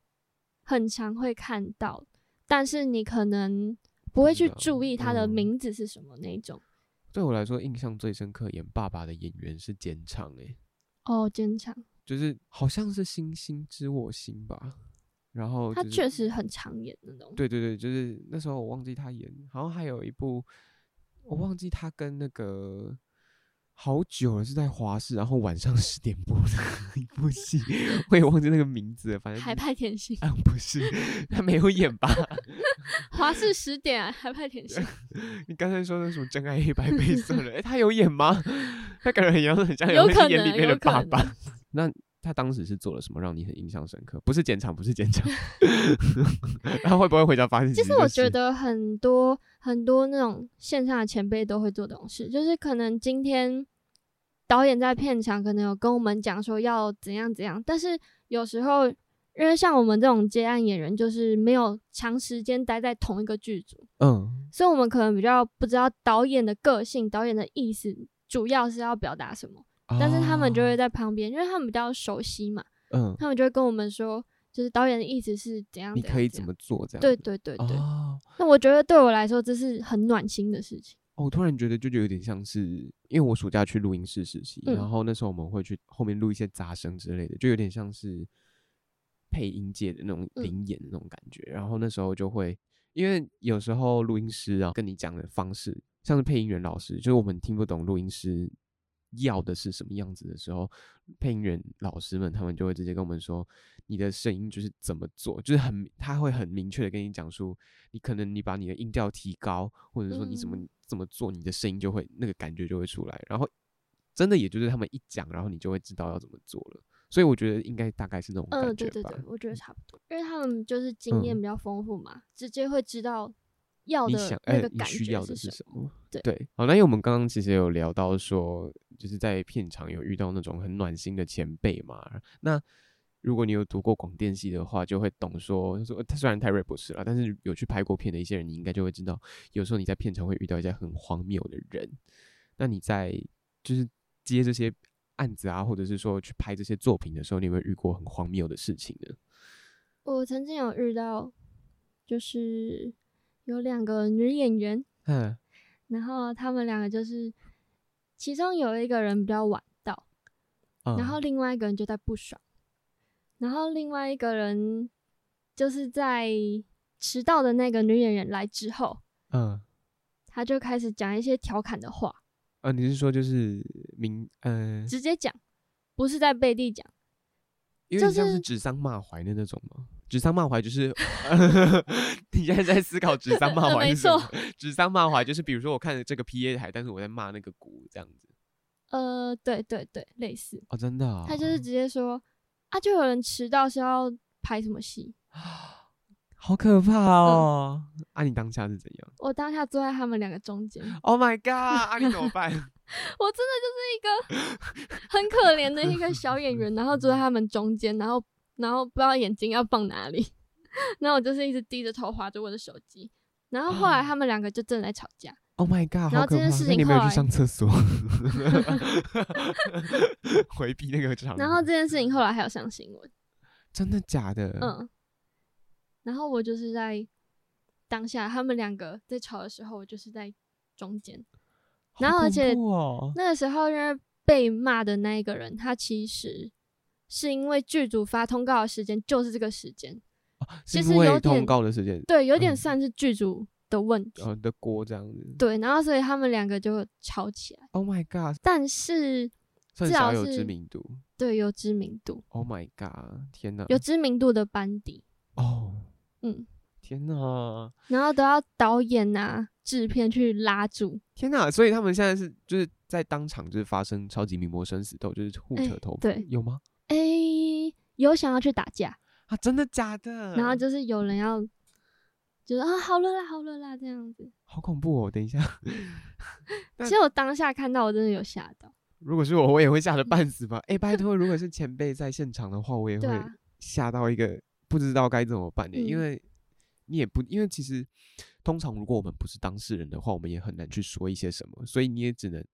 Speaker 2: 很常会看到，但是你可能不会
Speaker 1: 知
Speaker 2: 去
Speaker 1: 道
Speaker 2: 注意他的
Speaker 1: 嗯
Speaker 2: 名字是什么那一种。
Speaker 1: 对我来说，印象最深刻演爸爸的演员是简昌、欸，
Speaker 2: 哦，坚强，
Speaker 1: 就是好像是《星星知我心》吧。然后、就
Speaker 2: 他
Speaker 1: 是、
Speaker 2: 确实很常演那种。
Speaker 1: 对对对，就是那时候我忘记他演，好像还有一部我忘记他跟那个好久了是在华视，然后晚上十点播的一部戏， 我也忘记那个名字了，反正
Speaker 2: 海
Speaker 1: 就是，
Speaker 2: 派甜心
Speaker 1: 啊不是，他没有演吧？
Speaker 2: 华视十点、啊，海派甜心
Speaker 1: 你刚才说那什么真爱黑白配色 的，哎、他有演吗？他感觉很像很像
Speaker 2: 有
Speaker 1: 会
Speaker 2: 可
Speaker 1: 演里
Speaker 2: 能，
Speaker 1: 面的
Speaker 2: 有
Speaker 1: 爸
Speaker 2: 可
Speaker 1: 爸。
Speaker 2: 能。
Speaker 1: 那他当时是做了什么让你很印象深刻？不是检查，不是检查， 他会不会回家发现？
Speaker 2: 其
Speaker 1: 实
Speaker 2: 实我
Speaker 1: 就
Speaker 2: 觉
Speaker 1: 是
Speaker 2: 得很多很多那种线上的前辈都会做这种事，就是可能今天导演在片场可能有跟我们讲说要怎样怎样，但是有时候因为像我们这种接案演员，就是没有长时间待在同一个剧组，
Speaker 1: 嗯，
Speaker 2: 所以我们可能比较不知道导演的个性、导演的意思主要是要表达什么，但是他们就会
Speaker 1: 啊
Speaker 2: 在旁边，因为他们比较熟悉嘛，
Speaker 1: 嗯，
Speaker 2: 他们就会跟我们说，就是导演的意思是怎样，
Speaker 1: 你
Speaker 2: 怎样
Speaker 1: 可以
Speaker 2: 怎
Speaker 1: 怎
Speaker 2: 样
Speaker 1: 么做这样？
Speaker 2: 对对对对。
Speaker 1: 哦
Speaker 2: 那我觉得对我来说，这是很暖心的事情。
Speaker 1: 哦我突然觉得就有点像是，因为我暑假去录音室实习，
Speaker 2: 嗯
Speaker 1: 然后那时候我们会去后面录一些杂声之类的，就有点像是配音界的那种
Speaker 2: 嗯
Speaker 1: 灵演的那种感觉。然后那时候就会，因为有时候录音师啊跟你讲的方式，像是配音员老师，就是我们听不懂录音师要的是什么样子的时候，配音员老师们他们就会直接跟我们说，你的声音就是怎么做，就是很他会很明确的跟你讲述，你可能你把你的音调提高，或者说你怎么
Speaker 2: 嗯
Speaker 1: 怎么做，你的声音就会那个感觉就会出来。然后真的也就是他们一讲，然后你就会知道要怎么做了。所以我觉得应该大概是那种
Speaker 2: 嗯，
Speaker 1: 感
Speaker 2: 对
Speaker 1: 觉
Speaker 2: 对
Speaker 1: 吧
Speaker 2: 对。，我觉得差不多，因为他们就是经验
Speaker 1: 嗯
Speaker 2: 比较丰富嘛，直接会知道要
Speaker 1: 你想
Speaker 2: 的
Speaker 1: 哎、
Speaker 2: 那个
Speaker 1: 你
Speaker 2: 感
Speaker 1: 需
Speaker 2: 觉
Speaker 1: 要的
Speaker 2: 什
Speaker 1: 是
Speaker 2: 么。
Speaker 1: 什么？
Speaker 2: 对
Speaker 1: 好，那因为我们刚刚其实有聊到说，就是在片场有遇到那种很暖心的前辈嘛，那如果你有读过广电系的话，就会懂说，就说他虽然泰瑞不是啦，但是有去拍过片的一些人，你应该就会知道，有时候你在片场会遇到一些很荒谬的人。那你在就是接这些案子啊，或者是说去拍这些作品的时候，你有没有遇过很荒谬的事情呢？
Speaker 2: 我曾经有遇到，就是有两个女演员，
Speaker 1: 嗯，
Speaker 2: 然后她们两个就是，其中有一个人比较晚到，
Speaker 1: 嗯
Speaker 2: 然后另外一个人就在不爽，然后另外一个人就是在迟到的那个女演员来之后，
Speaker 1: 嗯
Speaker 2: 她就开始讲一些调侃的话，
Speaker 1: 啊，你是说就是明嗯，
Speaker 2: 直接讲，不是在背地讲，
Speaker 1: 因为
Speaker 2: 就
Speaker 1: 你像是
Speaker 2: 是
Speaker 1: 指桑骂槐的那种吗？指桑骂槐就是， 你现在在思考指 桑骂槐
Speaker 2: 没
Speaker 1: 是什么
Speaker 2: 错？
Speaker 1: 指桑骂槐就是比如说我看了这个 P A 台，但是我在骂那个鼓这样子。
Speaker 2: 呃，对对对，类似，
Speaker 1: 哦，真的、哦，
Speaker 2: 她就是直接说啊，就有人迟到是要拍什么戏？
Speaker 1: 好可怕
Speaker 2: 嗯
Speaker 1: 哦！啊，你当下是怎样
Speaker 2: 我当下坐在他们两个中间，
Speaker 1: ？Oh my god！啊，你怎 么办？
Speaker 2: 我真的就是一个 很可怜的一个小演员，然后坐在他们中间，然后然后不知道眼睛要放哪里，然后我就是一直低着头划着我的手机，然后后来他们两个就正在吵架，
Speaker 1: Oh my god！
Speaker 2: 然
Speaker 1: 好
Speaker 2: 后
Speaker 1: 可怕！
Speaker 2: 这件事
Speaker 1: 那你
Speaker 2: 情
Speaker 1: 有没有
Speaker 2: 后
Speaker 1: 去
Speaker 2: 来
Speaker 1: 上厕所， 回避那个场合。
Speaker 2: 然后这件事情后来还有上新闻，
Speaker 1: 真的假的？，
Speaker 2: 嗯，然后我就是在当下他们两个在吵的时候，我就是在中间，然后而且
Speaker 1: 哦、
Speaker 2: 那个时候因为被骂的那一个人，他其实是因为剧组发通告的时间就是这个时间。
Speaker 1: 是
Speaker 2: 就
Speaker 1: 因
Speaker 2: 是
Speaker 1: 为
Speaker 2: 有
Speaker 1: 通
Speaker 2: 点
Speaker 1: 告的时间，
Speaker 2: 对，有点
Speaker 1: 嗯
Speaker 2: 算是剧组的问题。
Speaker 1: 呃的锅这样子。
Speaker 2: 对，然后所以他们两个就吵起来，
Speaker 1: Oh my god！
Speaker 2: 但是
Speaker 1: 算
Speaker 2: 至
Speaker 1: 小
Speaker 2: 少
Speaker 1: 有
Speaker 2: 是
Speaker 1: 知名度。
Speaker 2: 对有知名度，
Speaker 1: Oh my god！天哪！
Speaker 2: 有知名度的班底，
Speaker 1: 哦，
Speaker 2: 嗯，
Speaker 1: 天哪！
Speaker 2: 然后都要导演啊、制片去拉住，
Speaker 1: 天哪！所以他们现在是就是在当场就是发生超级名模生死斗，就是互
Speaker 2: 哎
Speaker 1: 扯头发，
Speaker 2: 对
Speaker 1: 有吗？
Speaker 2: 诶，有想要去打架，
Speaker 1: 啊，真的假的？
Speaker 2: 然后就是有人要，就是啊，好了啦，好了啦，这样子。
Speaker 1: 好恐怖哦！等一下， 但
Speaker 2: 其实我当下看到，我真的有吓到，
Speaker 1: 如果是我，我也会吓得半死吧。哎、拜托，如果是前辈在现场的话，我也
Speaker 2: 对
Speaker 1: 会
Speaker 2: 啊，
Speaker 1: 吓到一个不知道该怎么办的、因
Speaker 2: 嗯
Speaker 1: 为你也不，因为其实通常如果我们不是当事人的话，我们也很难去说一些什么，所以你也只能，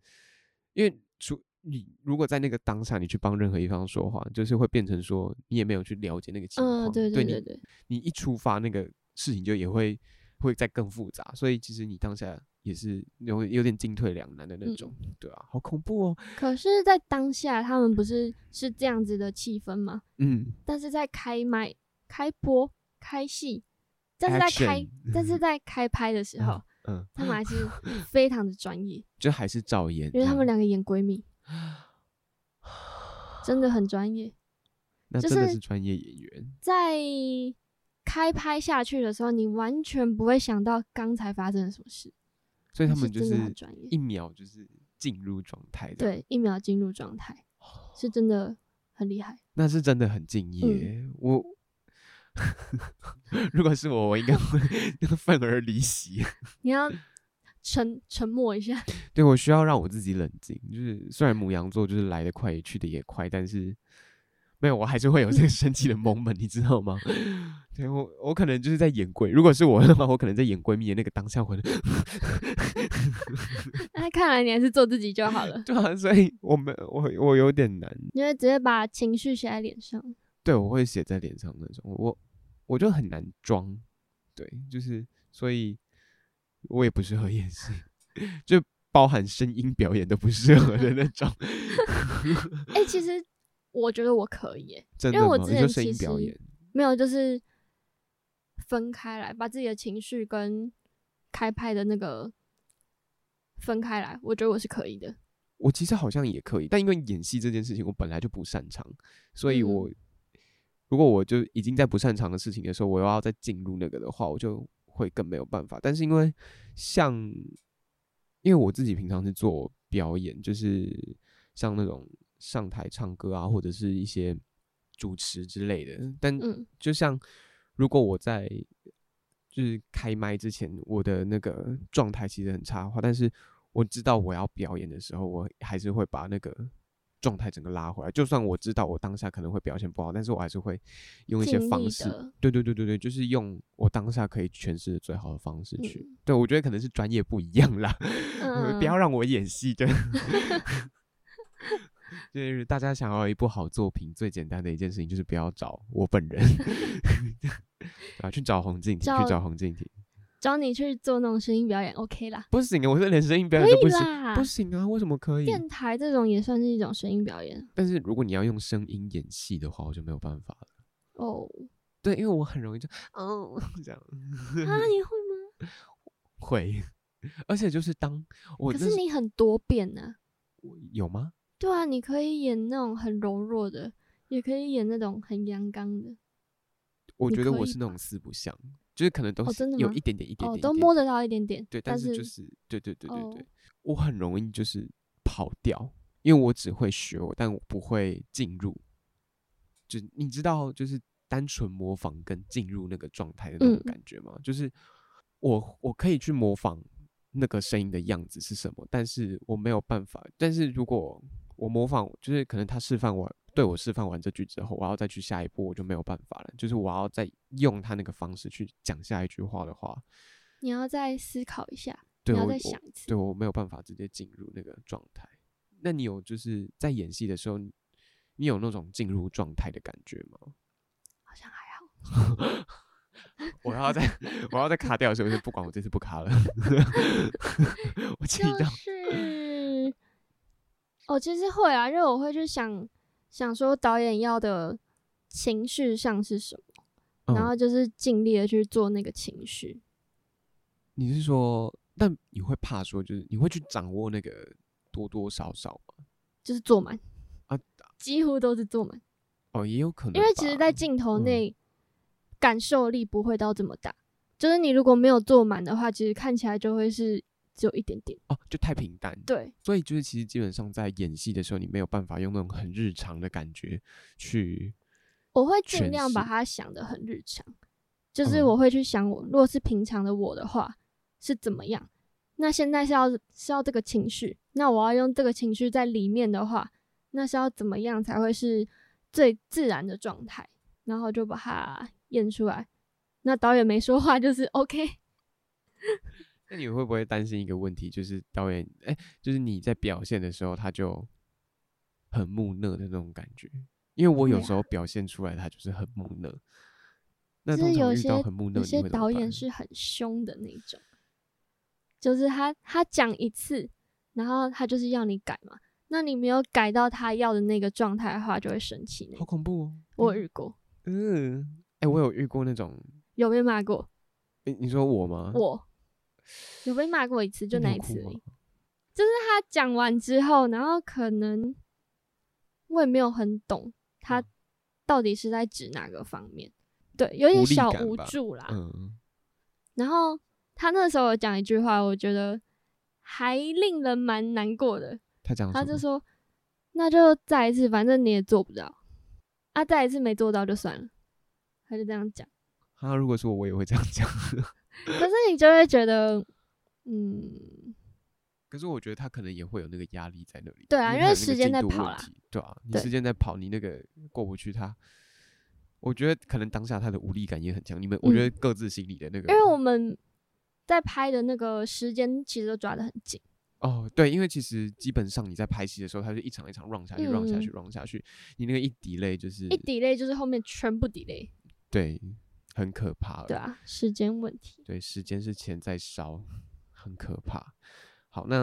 Speaker 1: 因为除你如果在那个当下你去帮任何一方说话，就是会变成说你也没有去了解那个情况，
Speaker 2: 嗯，对
Speaker 1: 对
Speaker 2: 对
Speaker 1: 你
Speaker 2: 对，
Speaker 1: 你一出发，那个事情就也会会再更复杂，所以其实你当下也是有有点进退两难的那
Speaker 2: 嗯
Speaker 1: 种，对啊，好恐怖哦，
Speaker 2: 可是，在当下他们不是是这样子的气氛吗？
Speaker 1: 嗯，
Speaker 2: 但是在开麦、开播、开戏，但是在开
Speaker 1: Action，
Speaker 2: 但是在开拍的时候，
Speaker 1: 嗯，
Speaker 2: 他们还是 非常的专业，
Speaker 1: 就还是啊照演这
Speaker 2: 因为
Speaker 1: 样，
Speaker 2: 他们两个演闺蜜，真的很专业。
Speaker 1: 那
Speaker 2: 就
Speaker 1: 真的
Speaker 2: 是
Speaker 1: 是专业演员，
Speaker 2: 在开拍下去的时候，你完全不会想到刚才发生了什么事，
Speaker 1: 所以他
Speaker 2: 但
Speaker 1: 们
Speaker 2: 是
Speaker 1: 就
Speaker 2: 真的很
Speaker 1: 是
Speaker 2: 专业，
Speaker 1: 一秒就是进入状态的，，
Speaker 2: 对，一秒进入状态，是真的很厉害。
Speaker 1: 那是真的很
Speaker 2: 嗯
Speaker 1: 敬业，我。 如果是我，我应该会 愤而离席。
Speaker 2: 你要沉沉默一下，
Speaker 1: 对我需要让我自己冷静，就是虽然母羊座就是来得快也去得也快，但是没有，我还是会有这个生 气的 moment，你知道吗？对我，我可能就是在演闺，如果是我的话，我可能在演闺蜜的那个当下，我会
Speaker 2: 那看来你还是做自己就好 了，
Speaker 1: 对啊，所以我们我我有点难，
Speaker 2: 你会直接把情绪写在脸上。
Speaker 1: 对我会写在脸上那种，我我就很难装，对，就是所以我也不适合演戏， 就包含声音表演都不适合的那种，
Speaker 2: 哎、其实我觉得我可以、欸，
Speaker 1: 真的
Speaker 2: 因为
Speaker 1: 吗？
Speaker 2: 我之
Speaker 1: 你说
Speaker 2: 前
Speaker 1: 声
Speaker 2: 其
Speaker 1: 音表
Speaker 2: 实
Speaker 1: 演。
Speaker 2: 没有就是分开来，把自己的情绪跟开拍的那个分开来，我觉得我是可以的。
Speaker 1: 我其实好像也可以，但因为演戏这件事情我本来就不擅长，所以
Speaker 2: 嗯
Speaker 1: 我、如果我就已经在不擅长的事情的时候，我又要再进入那个的话，我就会更没有办法。但是因为像，因为我自己平常是做表演，就是像那种上台唱歌啊，或者是一些主持之类的，但
Speaker 2: 嗯，
Speaker 1: 就像如果我在就是开麦之前，我的那个状态其实很差的话，但是我知道我要表演的时候，我还是会把那个状态整个拉回来。就算我知道我当下可能会表现不好，但是我还是会用一些
Speaker 2: 尽力
Speaker 1: 方式
Speaker 2: 的，
Speaker 1: 对对对对对，就是用我当下可以诠释的最好的方式去。
Speaker 2: 嗯
Speaker 1: 对我觉得可能是专业不一样啦，
Speaker 2: 嗯，
Speaker 1: 不要让我演戏的。 就是大家想要一部好作品，最简单的一件事情就是不要找我本 人，啊，去找洪敬庭，
Speaker 2: 找
Speaker 1: 去找洪敬庭，
Speaker 2: 找你去做那种声音表演，OK 啦，
Speaker 1: 不行啊！我是连声音表
Speaker 2: 可
Speaker 1: 演都不
Speaker 2: 以
Speaker 1: 行，
Speaker 2: 啦
Speaker 1: 不。行啊！为什么可以？
Speaker 2: 电台这种也算是一种声音表演
Speaker 1: 但是如果你要用声音演戏的话，我就没有办法了。
Speaker 2: 哦。
Speaker 1: 对，因为我很容易就 哦这样
Speaker 2: 啊，你会吗？
Speaker 1: 会，而且就是当我
Speaker 2: 可
Speaker 1: 那
Speaker 2: 是
Speaker 1: 时
Speaker 2: 你很多变啊。
Speaker 1: 有吗？
Speaker 2: 对啊，你可以演那种很柔弱的，也可以演那种很阳刚的，
Speaker 1: 我
Speaker 2: 你
Speaker 1: 觉得
Speaker 2: 可
Speaker 1: 我
Speaker 2: 以
Speaker 1: 是那种四不像，就是可能都
Speaker 2: 哦
Speaker 1: 是
Speaker 2: 真的
Speaker 1: 有
Speaker 2: 吗
Speaker 1: 一点点一点点
Speaker 2: 哦，
Speaker 1: 一
Speaker 2: 都
Speaker 1: 点
Speaker 2: 摸
Speaker 1: 点
Speaker 2: 得到一点点。
Speaker 1: 对，
Speaker 2: 但
Speaker 1: 但是就是对对对对对，
Speaker 2: 哦
Speaker 1: 我很容易就是跑掉，因为我只会学我，但我不会进入。就你知道，就是单纯模仿跟进入那个状态的那种
Speaker 2: 嗯
Speaker 1: 感觉吗？就是我我可以去模仿那个声音的样子是什么，但是我没有办法。但是如果我模仿，就是可能他示范完对我示范完这句之后，我要再去下一步，我就没有办法了。就是我要再用他那个方式去讲下一句话的话，
Speaker 2: 你要再思考一下，
Speaker 1: 对
Speaker 2: 你
Speaker 1: 我
Speaker 2: 要再
Speaker 1: 我
Speaker 2: 想一次
Speaker 1: 对。我没有办法直接进入那个状态。那你有就是在演戏的时候，你你有那种进入状态的感觉吗？
Speaker 2: 好像还好，
Speaker 1: 我要在我要在卡掉的时候，就不管我这次不卡了， 我 气
Speaker 2: 就
Speaker 1: 到
Speaker 2: 是哦，其实会啊，因为我会去想想说导演要的情绪上是什么，然
Speaker 1: 嗯
Speaker 2: 后就是尽力的去做那个情绪。
Speaker 1: 你是说，但你会怕说，就是你会去掌握那个多多少少吗？
Speaker 2: 就是坐满
Speaker 1: 啊，
Speaker 2: 几乎都是坐满，
Speaker 1: 哦，也有可能吧，嗯
Speaker 2: 因为其实，在镜头内、感受力不会到这么大，就是你如果没有坐满的话，其实看起来就会是只有一点点。
Speaker 1: 哦，就太平淡，
Speaker 2: 对，
Speaker 1: 所以就是其实基本上在演戏的时候，你没有办法用那种很日常的感觉去，
Speaker 2: 我会
Speaker 1: 诠
Speaker 2: 尽量把
Speaker 1: 释
Speaker 2: 它想的很日常，就是
Speaker 1: 嗯
Speaker 2: 我会去想我，如果是平常的我的话是怎么样，那现在是要是要这个情绪，那我要用这个情绪在里面的话，那是要怎么样才会是最自然的状态，然后就把它演出来。那导演没说话就是 OK，
Speaker 1: 那你会不会担心一个问题，就是导演，哎、就是你在表现的时候，他就很木讷的那种感觉？因为我有
Speaker 2: 会啊
Speaker 1: 时候表现出来，他就是很木讷。那
Speaker 2: 就是
Speaker 1: 通常
Speaker 2: 有
Speaker 1: 遇到
Speaker 2: 些
Speaker 1: 很木讷，
Speaker 2: 有
Speaker 1: 你
Speaker 2: 些
Speaker 1: 会怎么
Speaker 2: 导演
Speaker 1: 办
Speaker 2: 是很凶的那一种，就是他他讲一次，然后他就是要你改嘛，那你没有改到他要的那个状态的话，就会生气
Speaker 1: 好
Speaker 2: 那种。
Speaker 1: 恐怖哦！
Speaker 2: 我
Speaker 1: 嗯
Speaker 2: 有遇过，
Speaker 1: 嗯，哎、我有遇过那种，
Speaker 2: 有被骂过，
Speaker 1: 诶你说我吗？
Speaker 2: 我有被骂过一次，就
Speaker 1: 嗯那
Speaker 2: 那
Speaker 1: 你
Speaker 2: 一
Speaker 1: 有哭
Speaker 2: 次而
Speaker 1: 吗
Speaker 2: 已。就是他讲完之后，然后可能我也没有很懂他
Speaker 1: 嗯
Speaker 2: 到底是在指哪个方面，对，有
Speaker 1: 无
Speaker 2: 点
Speaker 1: 力
Speaker 2: 小
Speaker 1: 感
Speaker 2: 无
Speaker 1: 吧
Speaker 2: 助啦。
Speaker 1: 嗯，
Speaker 2: 然后他那时候有讲一句话，我觉得还令人蛮难过的。
Speaker 1: 他讲
Speaker 2: 他
Speaker 1: 什
Speaker 2: 就
Speaker 1: 么
Speaker 2: 说：“那就再一次，反正你也做不到，啊，再一次没做到就算了。”他就这样讲。
Speaker 1: 他如果说我也会这样讲，
Speaker 2: 可是你就会觉得，嗯，
Speaker 1: 可是我觉得他可能也会有那个压力在那里。
Speaker 2: 对啊
Speaker 1: 因
Speaker 2: 因
Speaker 1: 为他有那
Speaker 2: 为
Speaker 1: 个
Speaker 2: 时间
Speaker 1: 进
Speaker 2: 在
Speaker 1: 度
Speaker 2: 跑
Speaker 1: 问
Speaker 2: 啦
Speaker 1: 题对啊，你
Speaker 2: 对
Speaker 1: 时间在跑，你那个过不去他。我觉得可能当下他的无力感也很强，你们我觉得各自心里的那个，
Speaker 2: 嗯因为我们在拍的那个时间其实都抓得很紧，
Speaker 1: 哦对，因为其实基本上你在拍戏的时候，他就一场一场 run 下去，run 下去，run 下去，你那个一 delay 就是
Speaker 2: 嗯一 delay 就是后面全部 delay，
Speaker 1: 对，很可怕。
Speaker 2: 对啊，时间问题。
Speaker 1: 对，时间是钱在烧，很可怕。好，那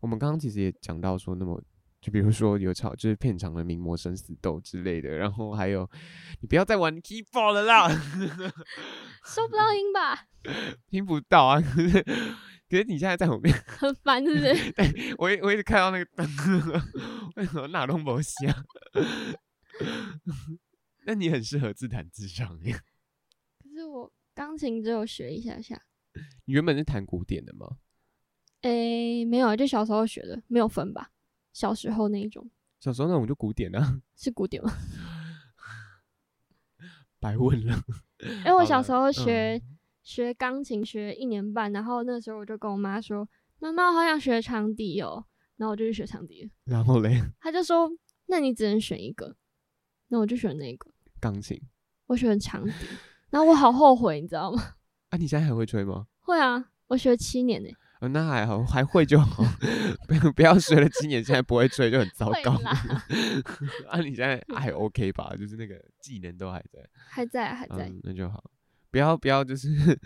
Speaker 1: 我们刚刚其实也讲到说，那么就比如说有吵，就是片场的名模生死斗之类的，然后还有你不要再玩 keyboard 了啦，
Speaker 2: 收不到音吧，
Speaker 1: 听不到啊。 可是可是你现在在我面，
Speaker 2: 很烦，是不 是？
Speaker 1: 我一我一直看到那个， 为什么哪都没响？ 那你很适合自弹自唱耶。
Speaker 2: 可是我钢琴只有学一下下，
Speaker 1: 你原本是弹古典的吗？
Speaker 2: 诶、没有，啊就小时候学的，没有分吧。小时候那一种
Speaker 1: 小时候那种就古典啊，
Speaker 2: 是古典吗？
Speaker 1: 白问了。
Speaker 2: 因为我小时
Speaker 1: 嗯好
Speaker 2: 候
Speaker 1: 了
Speaker 2: 学、
Speaker 1: 嗯
Speaker 2: 学钢琴学一年半，然后那时候我就跟我妈说：“妈妈，我好想学长笛哦。”然后我就去学长笛了。
Speaker 1: 然后嘞，
Speaker 2: 他就说：“那你只能选一个。”那我就选那个，
Speaker 1: 钢琴
Speaker 2: 我选 长笛。然后我好后悔，你知道吗？
Speaker 1: 啊，你现在还会吹吗？
Speaker 2: 会啊，我学七年呢、
Speaker 1: 呃那还好，还会就 好，不要不要学了几年，现在不会吹就很糟
Speaker 2: 会
Speaker 1: 糕。
Speaker 2: 啦
Speaker 1: 啊，你现在还 OK 吧？就是那个技能都还在，
Speaker 2: 还在啊还在，
Speaker 1: 嗯，那就好。不要不要，就是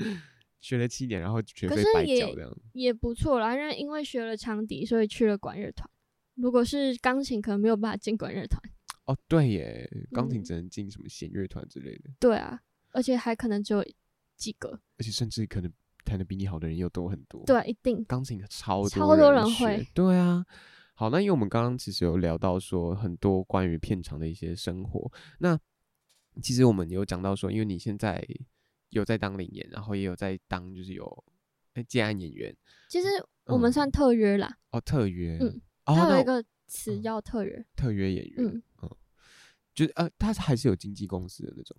Speaker 1: 学了七年，然后学
Speaker 2: 可
Speaker 1: 费
Speaker 2: 是
Speaker 1: 白
Speaker 2: 也
Speaker 1: 缴这样。
Speaker 2: 也不错啦。因为因为学了长笛，所以去了管乐团。如果是钢琴，可能没有办法进管乐团。
Speaker 1: 哦，对耶，钢琴
Speaker 2: 嗯
Speaker 1: 只能进什么弦乐团之类的，
Speaker 2: 对啊，而且还可能只有几个。
Speaker 1: 而且甚至可能弹的比你好的人又多很多。
Speaker 2: 对啊，一定。
Speaker 1: 钢琴的超多
Speaker 2: 超多人
Speaker 1: 学
Speaker 2: 会
Speaker 1: 对啊。好，那因为我们刚刚其实有聊到说很多关于片场的一些生活，那其实我们有讲到说，因为你现在有在当领演，然后也有在当就是有哎接案演员
Speaker 2: 其实我们
Speaker 1: 嗯
Speaker 2: 算特约啦，
Speaker 1: 哦特约，
Speaker 2: 嗯
Speaker 1: 哦
Speaker 2: 它
Speaker 1: 那
Speaker 2: 有一
Speaker 1: 我
Speaker 2: 个词
Speaker 1: 嗯
Speaker 2: 叫特约。
Speaker 1: 特约演员，嗯
Speaker 2: 嗯
Speaker 1: 就是呃他还是有经纪公司的那种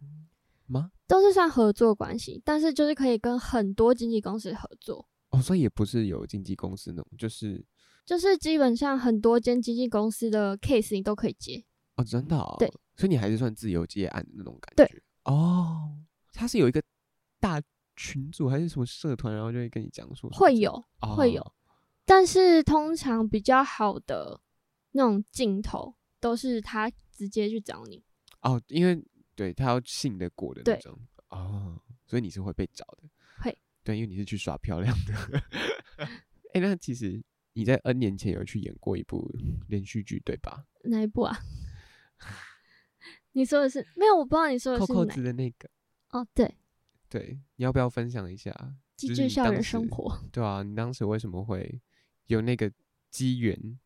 Speaker 1: 吗？
Speaker 2: 都是算合作关系，但是就是可以跟很多经纪公司合作，
Speaker 1: 哦，所以也不是有经纪公司那种，就是
Speaker 2: 就是基本上很多间经纪公司的 case 你都可以接。
Speaker 1: 哦，真的、哦，
Speaker 2: 对，
Speaker 1: 所以你还是算自由接案的那种感
Speaker 2: 对
Speaker 1: 觉。哦，他是有一个大群组还是什么社团，然后就会跟你讲说
Speaker 2: 会，有，
Speaker 1: 哦、
Speaker 2: 会有但是通常比较好的那种镜头都是他直接去找你，
Speaker 1: 哦，因为对他要信得过的那
Speaker 2: 对
Speaker 1: 种哦，所以你是会被找的，
Speaker 2: 会，
Speaker 1: 对，因为你是去耍漂亮的。哎、那其实你在 N 年前有去演过一部连续剧，对吧？
Speaker 2: 哪一部 啊？你说的是没有？我不知道你说的
Speaker 1: 扣
Speaker 2: 呃是
Speaker 1: 扣
Speaker 2: 哪
Speaker 1: 子的那个，
Speaker 2: 哦，对，《
Speaker 1: 对，你要不要分享一下？
Speaker 2: 机
Speaker 1: 就是
Speaker 2: 智
Speaker 1: 你
Speaker 2: 校
Speaker 1: 当
Speaker 2: 园
Speaker 1: 时
Speaker 2: 生活》
Speaker 1: 对啊，你当时为什么会有那个机缘？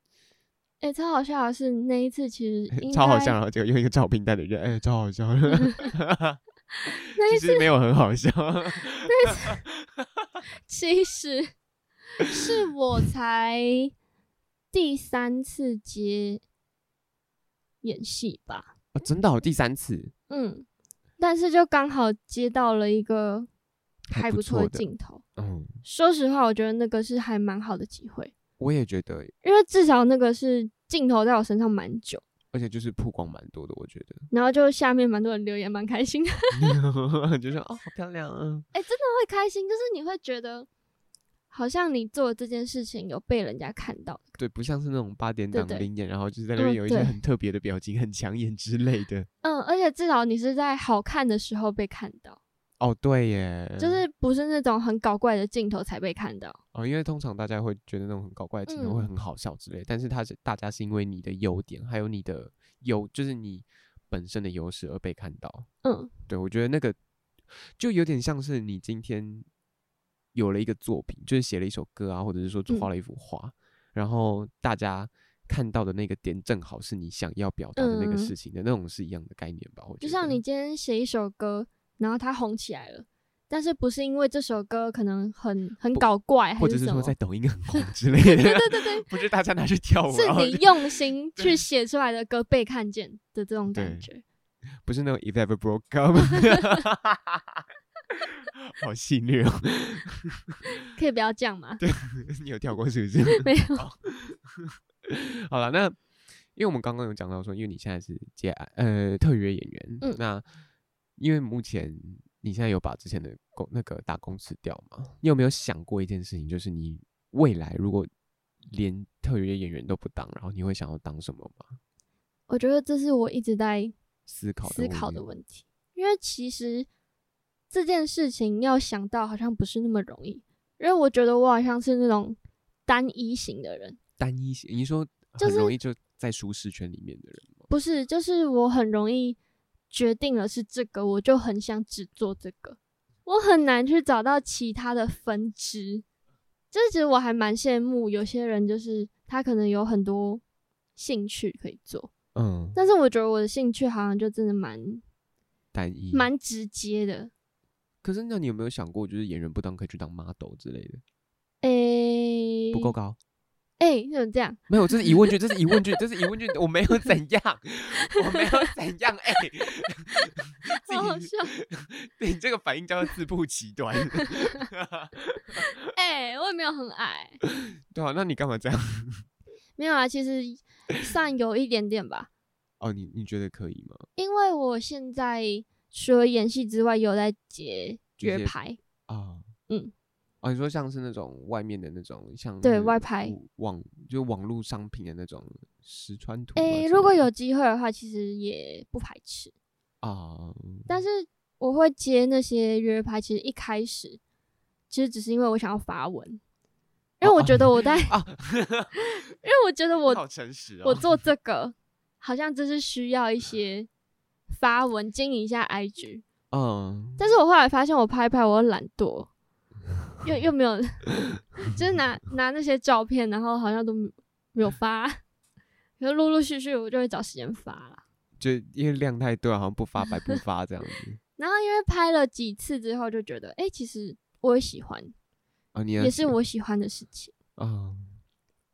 Speaker 2: 哎、超好笑的是那一次，其 实应
Speaker 1: 超好
Speaker 2: 该
Speaker 1: 笑，然后结果用一个照片带的人，哎、超好 笑。那
Speaker 2: 一
Speaker 1: 其实没有很好 笑， 哦
Speaker 2: 其实是我才第三次接演戏吧，
Speaker 1: 哦真的、哦，第三次
Speaker 2: 嗯，但是就刚好接到了一个
Speaker 1: 还
Speaker 2: 还
Speaker 1: 不
Speaker 2: 不错
Speaker 1: 错
Speaker 2: 的
Speaker 1: 的
Speaker 2: 镜头。
Speaker 1: 嗯，
Speaker 2: 说实话，我觉得那个是还蛮好的机会，
Speaker 1: 我也觉得，
Speaker 2: 因为至少那个是镜头在我身上蛮久，
Speaker 1: 而且就是曝光蛮多的，我觉
Speaker 2: 然后就下面蛮多人留言，蛮开心的，
Speaker 1: 得，就是哦，好漂亮啊，
Speaker 2: 会开心，就是你会觉得好像你做的这件事情有被人家看到，
Speaker 1: 对，不像是那种八点
Speaker 2: 对
Speaker 1: 档
Speaker 2: 对
Speaker 1: 零点，然后就是在那边
Speaker 2: 嗯
Speaker 1: 有一些
Speaker 2: 对
Speaker 1: 很特别的表情、很抢眼之类的。
Speaker 2: 嗯，而且至少你是在好看的时候被看到。
Speaker 1: 哦，对耶，
Speaker 2: 就是不是那种很搞怪的镜头才被看到。
Speaker 1: 哦，因为通常大家会觉得那种很搞怪的镜头会
Speaker 2: 嗯
Speaker 1: 很好笑之类，但是它是大家是因为你的优点，还有你的优，就是你本身的优势而被看到。
Speaker 2: 嗯，
Speaker 1: 对我觉得那个就有点像是你今天有了一个作品，就是写了一首歌啊，或者是说
Speaker 2: 嗯
Speaker 1: 画了一幅画，然后大家看到的那个点正好是你想要表达的那个
Speaker 2: 嗯
Speaker 1: 事情的、那种是一样的概念吧？我觉得
Speaker 2: 就像你今天写一首歌，然后它红起来了，但是不是因为这首歌可能很很
Speaker 1: 不
Speaker 2: 搞怪，
Speaker 1: 或
Speaker 2: 还
Speaker 1: 者是
Speaker 2: 什
Speaker 1: 说
Speaker 2: 么？
Speaker 1: 在抖音 很红之类的，
Speaker 2: 对对对对，
Speaker 1: 不是大家拿去跳舞，啊然后
Speaker 2: 是你用心去写出来的歌被看见的这种
Speaker 1: 对
Speaker 2: 感觉。
Speaker 1: 不是那种 If Ever Broke Up，好戏虐哦！
Speaker 2: 可以不要这样吗？
Speaker 1: 你有跳过是不是？
Speaker 2: 没 有，
Speaker 1: 好了，那因为我们刚刚有讲到说，因为你现在是接案呃特约演员，
Speaker 2: 嗯
Speaker 1: 那因为目前你现在有把之前的工那个打工辞掉吗？你有没有想过一件事情，就是你未来如果连特约演员都不当，然后你会想要当什么吗？
Speaker 2: 我觉得这是我一直在
Speaker 1: 思考
Speaker 2: 思考的
Speaker 1: 问题
Speaker 2: 问题，因为其实这件事情要想到好像不是那么容易，因为我觉得我好像是那种单一型的人。
Speaker 1: 单一性，你说
Speaker 2: 就
Speaker 1: 很
Speaker 2: 是
Speaker 1: 容易就在舒适圈里面的人吗？
Speaker 2: 不是，就是我很容易决定了是这个，我就很想只做这个，我很难去找到其他的分支。这其实我还蛮羡慕有些人，就是他可能有很多兴趣可以做，
Speaker 1: 嗯，
Speaker 2: 但是我觉得我的兴趣好像就真的蛮
Speaker 1: 单一
Speaker 2: 蛮直接的。
Speaker 1: 可是那你有没有想过，就是演员不当可以去当 model 之类的？
Speaker 2: 诶、
Speaker 1: 不够高？
Speaker 2: 诶，你怎哎么这样？
Speaker 1: 没有，这是疑问句，这是疑问句，这是疑问句，我没有怎样，我没有怎样，哎、 自
Speaker 2: 好好
Speaker 1: 己
Speaker 2: 笑！
Speaker 1: 对你这个反应叫做自不其 短。
Speaker 2: 哎诶，我也没有很矮，
Speaker 1: 对啊，那你干嘛这样？
Speaker 2: 没有啊，其实算有一点点吧，
Speaker 1: 哦，你你觉得可以吗？
Speaker 2: 因为我现在除了演戏之外，有在接
Speaker 1: 一些
Speaker 2: 绝牌，
Speaker 1: 啊、
Speaker 2: 嗯，
Speaker 1: 哦，你说像是那种外面的那种，像
Speaker 2: 对
Speaker 1: 是
Speaker 2: 外拍
Speaker 1: 网网就网络商品的那种实穿图吗之类
Speaker 2: 诶、
Speaker 1: 的。
Speaker 2: 哎如果有机会的话，其实也不排斥。
Speaker 1: 啊，
Speaker 2: 但是我会接那些约拍，其实一开始其实只是因为我想要发文，因为
Speaker 1: 哦
Speaker 2: 我
Speaker 1: 啊
Speaker 2: 觉得我在，
Speaker 1: 啊，
Speaker 2: 因为我觉得我
Speaker 1: 好诚实哦。
Speaker 2: 我做这个好像就是需要一些发文经营一下 IG，
Speaker 1: 嗯，
Speaker 2: 但是我后来发现我拍一拍我又懒 惰，又又没有， 就是拿拿那些照片，然后好像都没没有发，然后陆陆续续我就会找时间发了。
Speaker 1: 就因为量太多，好像不发白不发这样子。
Speaker 2: 然后因为拍了几次之后，就觉得哎、诶其实我也喜欢，
Speaker 1: 啊，你
Speaker 2: 也是我喜欢的事情。
Speaker 1: 啊，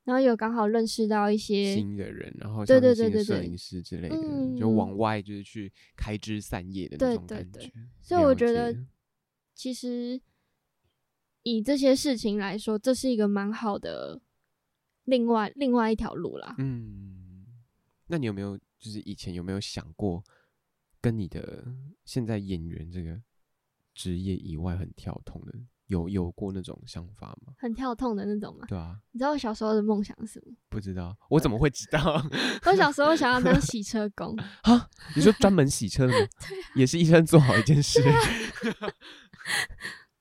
Speaker 2: 然后有刚好认识到一些，
Speaker 1: 新的人，然后
Speaker 2: 对
Speaker 1: 像是
Speaker 2: 对
Speaker 1: 新
Speaker 2: 对
Speaker 1: 的
Speaker 2: 对
Speaker 1: 摄
Speaker 2: 对
Speaker 1: 影师之类的，就往
Speaker 2: 嗯
Speaker 1: 外就是去开枝散叶的那
Speaker 2: 对
Speaker 1: 种
Speaker 2: 对
Speaker 1: 感
Speaker 2: 对
Speaker 1: 觉。
Speaker 2: 所以我
Speaker 1: 了
Speaker 2: 觉得
Speaker 1: 解
Speaker 2: 其实以这些事情来说，这是一个蛮好的另外另外一条路啦。
Speaker 1: 嗯，那你有没有就是以前有没有想过，跟你的现在演员这个职业以外很跳痛的，有有过那种想法吗？
Speaker 2: 很跳痛的那种嘛，
Speaker 1: 对啊，
Speaker 2: 你知道我小时候的梦想是什么？
Speaker 1: 不知道，我怎么会知道？
Speaker 2: 我小时候想要当洗车工，
Speaker 1: 你说专门洗车的吗？
Speaker 2: 啊
Speaker 1: 也是一生做好一件事。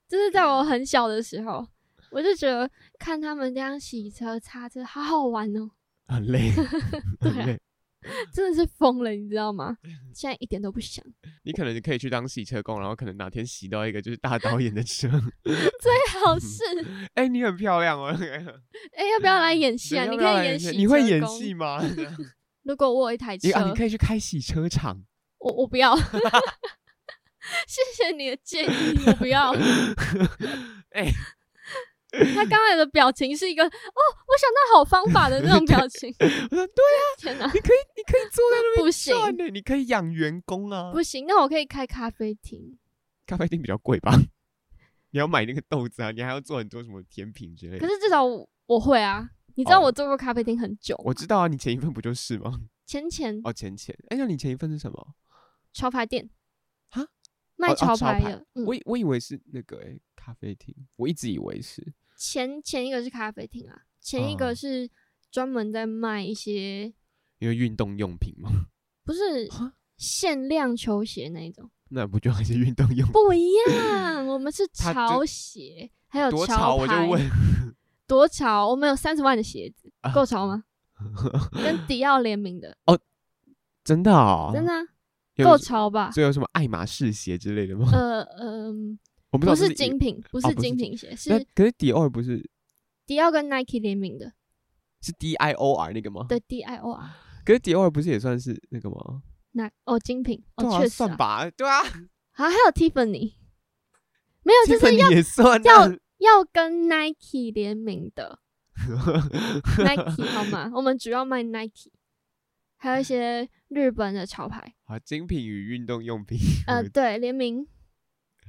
Speaker 2: 就是在我很小的时候，我就觉得看他们这样洗车、擦车，好好玩哦，
Speaker 1: 很累，
Speaker 2: 对
Speaker 1: 很
Speaker 2: 啊
Speaker 1: 累。
Speaker 2: 真的是疯了，你知道吗？现在一点都不想，
Speaker 1: 你可能可以去当洗车工，然后可能哪天洗到一个就是大导演的车。
Speaker 2: 最好是
Speaker 1: 哎、你很漂亮哦。
Speaker 2: 哎、要不要来演戏啊？
Speaker 1: 要
Speaker 2: 你
Speaker 1: 不
Speaker 2: 可
Speaker 1: 要
Speaker 2: 以
Speaker 1: 来
Speaker 2: 演
Speaker 1: 戏
Speaker 2: 戏，
Speaker 1: 你会演戏？吗？ 这样
Speaker 2: 如果我有一台车，
Speaker 1: 你啊，你可以去开洗车场。
Speaker 2: 我我不要。 谢谢你的建议，我不要。
Speaker 1: 哎、
Speaker 2: 他刚才的表情是一个哦，我想到好方法的那种表情。
Speaker 1: 我说对啊，
Speaker 2: 天哪，
Speaker 1: 你可以，你可以坐在那边
Speaker 2: 不行
Speaker 1: 赚呢，你可以养员工啊。
Speaker 2: 不行，那我可以开咖啡厅。
Speaker 1: 咖啡厅比较贵吧？ 你要买那个豆子啊，你还要做很多什么甜品之类
Speaker 2: 可
Speaker 1: 的。
Speaker 2: 是至少我我会啊，你知道
Speaker 1: 哦
Speaker 2: 我做过咖啡厅很久，
Speaker 1: 我知道啊，你前一份不就是吗？
Speaker 2: 前前
Speaker 1: 哦，前前，哎、那你前一份是什么？
Speaker 2: 潮牌店
Speaker 1: 哈，哦
Speaker 2: 卖
Speaker 1: 哦
Speaker 2: 潮
Speaker 1: 潮牌
Speaker 2: 的。嗯
Speaker 1: 我，以我以为是那个、哎咖啡厅，我一直以为是
Speaker 2: 前前一个是咖啡厅啊，前一
Speaker 1: 哦
Speaker 2: 个是专门在卖一些
Speaker 1: 因为运动用品嘛，
Speaker 2: 不是
Speaker 1: 哈
Speaker 2: 限量球鞋那一种。
Speaker 1: 那不就还是运动用品？
Speaker 2: 不一样，我们是
Speaker 1: 他就
Speaker 2: 潮鞋，还有
Speaker 1: 多
Speaker 2: 潮
Speaker 1: 潮我就
Speaker 2: 牌
Speaker 1: 问，
Speaker 2: 多潮，我们有三十万的鞋子
Speaker 1: 啊，
Speaker 2: 够潮 吗？跟迪奥联名的，
Speaker 1: 真的哦，
Speaker 2: 真的啊
Speaker 1: 有
Speaker 2: 够潮吧？
Speaker 1: 所以有什么爱马仕鞋之类的吗？
Speaker 2: 呃嗯，
Speaker 1: 我不知道
Speaker 2: 不
Speaker 1: 这
Speaker 2: 是
Speaker 1: 一
Speaker 2: 精，品，不
Speaker 1: 哦
Speaker 2: 是
Speaker 1: 不是
Speaker 2: 精
Speaker 1: 精
Speaker 2: 品鞋，
Speaker 1: 那
Speaker 2: 是
Speaker 1: 可是迪奥不是
Speaker 2: 迪奥跟 Nike 联名的，
Speaker 1: 是 D I O R 那个吗？
Speaker 2: 对 D I O R
Speaker 1: 可是迪奥不是也算是那个吗？
Speaker 2: 那哦精品
Speaker 1: 对
Speaker 2: 哦
Speaker 1: 啊
Speaker 2: 确实
Speaker 1: 算
Speaker 2: 啊，
Speaker 1: 吧，对啊，
Speaker 2: 啊还有 Tiffany，没有就是
Speaker 1: Tiffany 也算
Speaker 2: 要
Speaker 1: 啊。
Speaker 2: 要跟 Nike 联名 的 Nike 好吗？我们主要卖 Nike，还有一些日本的潮牌。
Speaker 1: 好，精品与运动用品，
Speaker 2: 呃，对，联名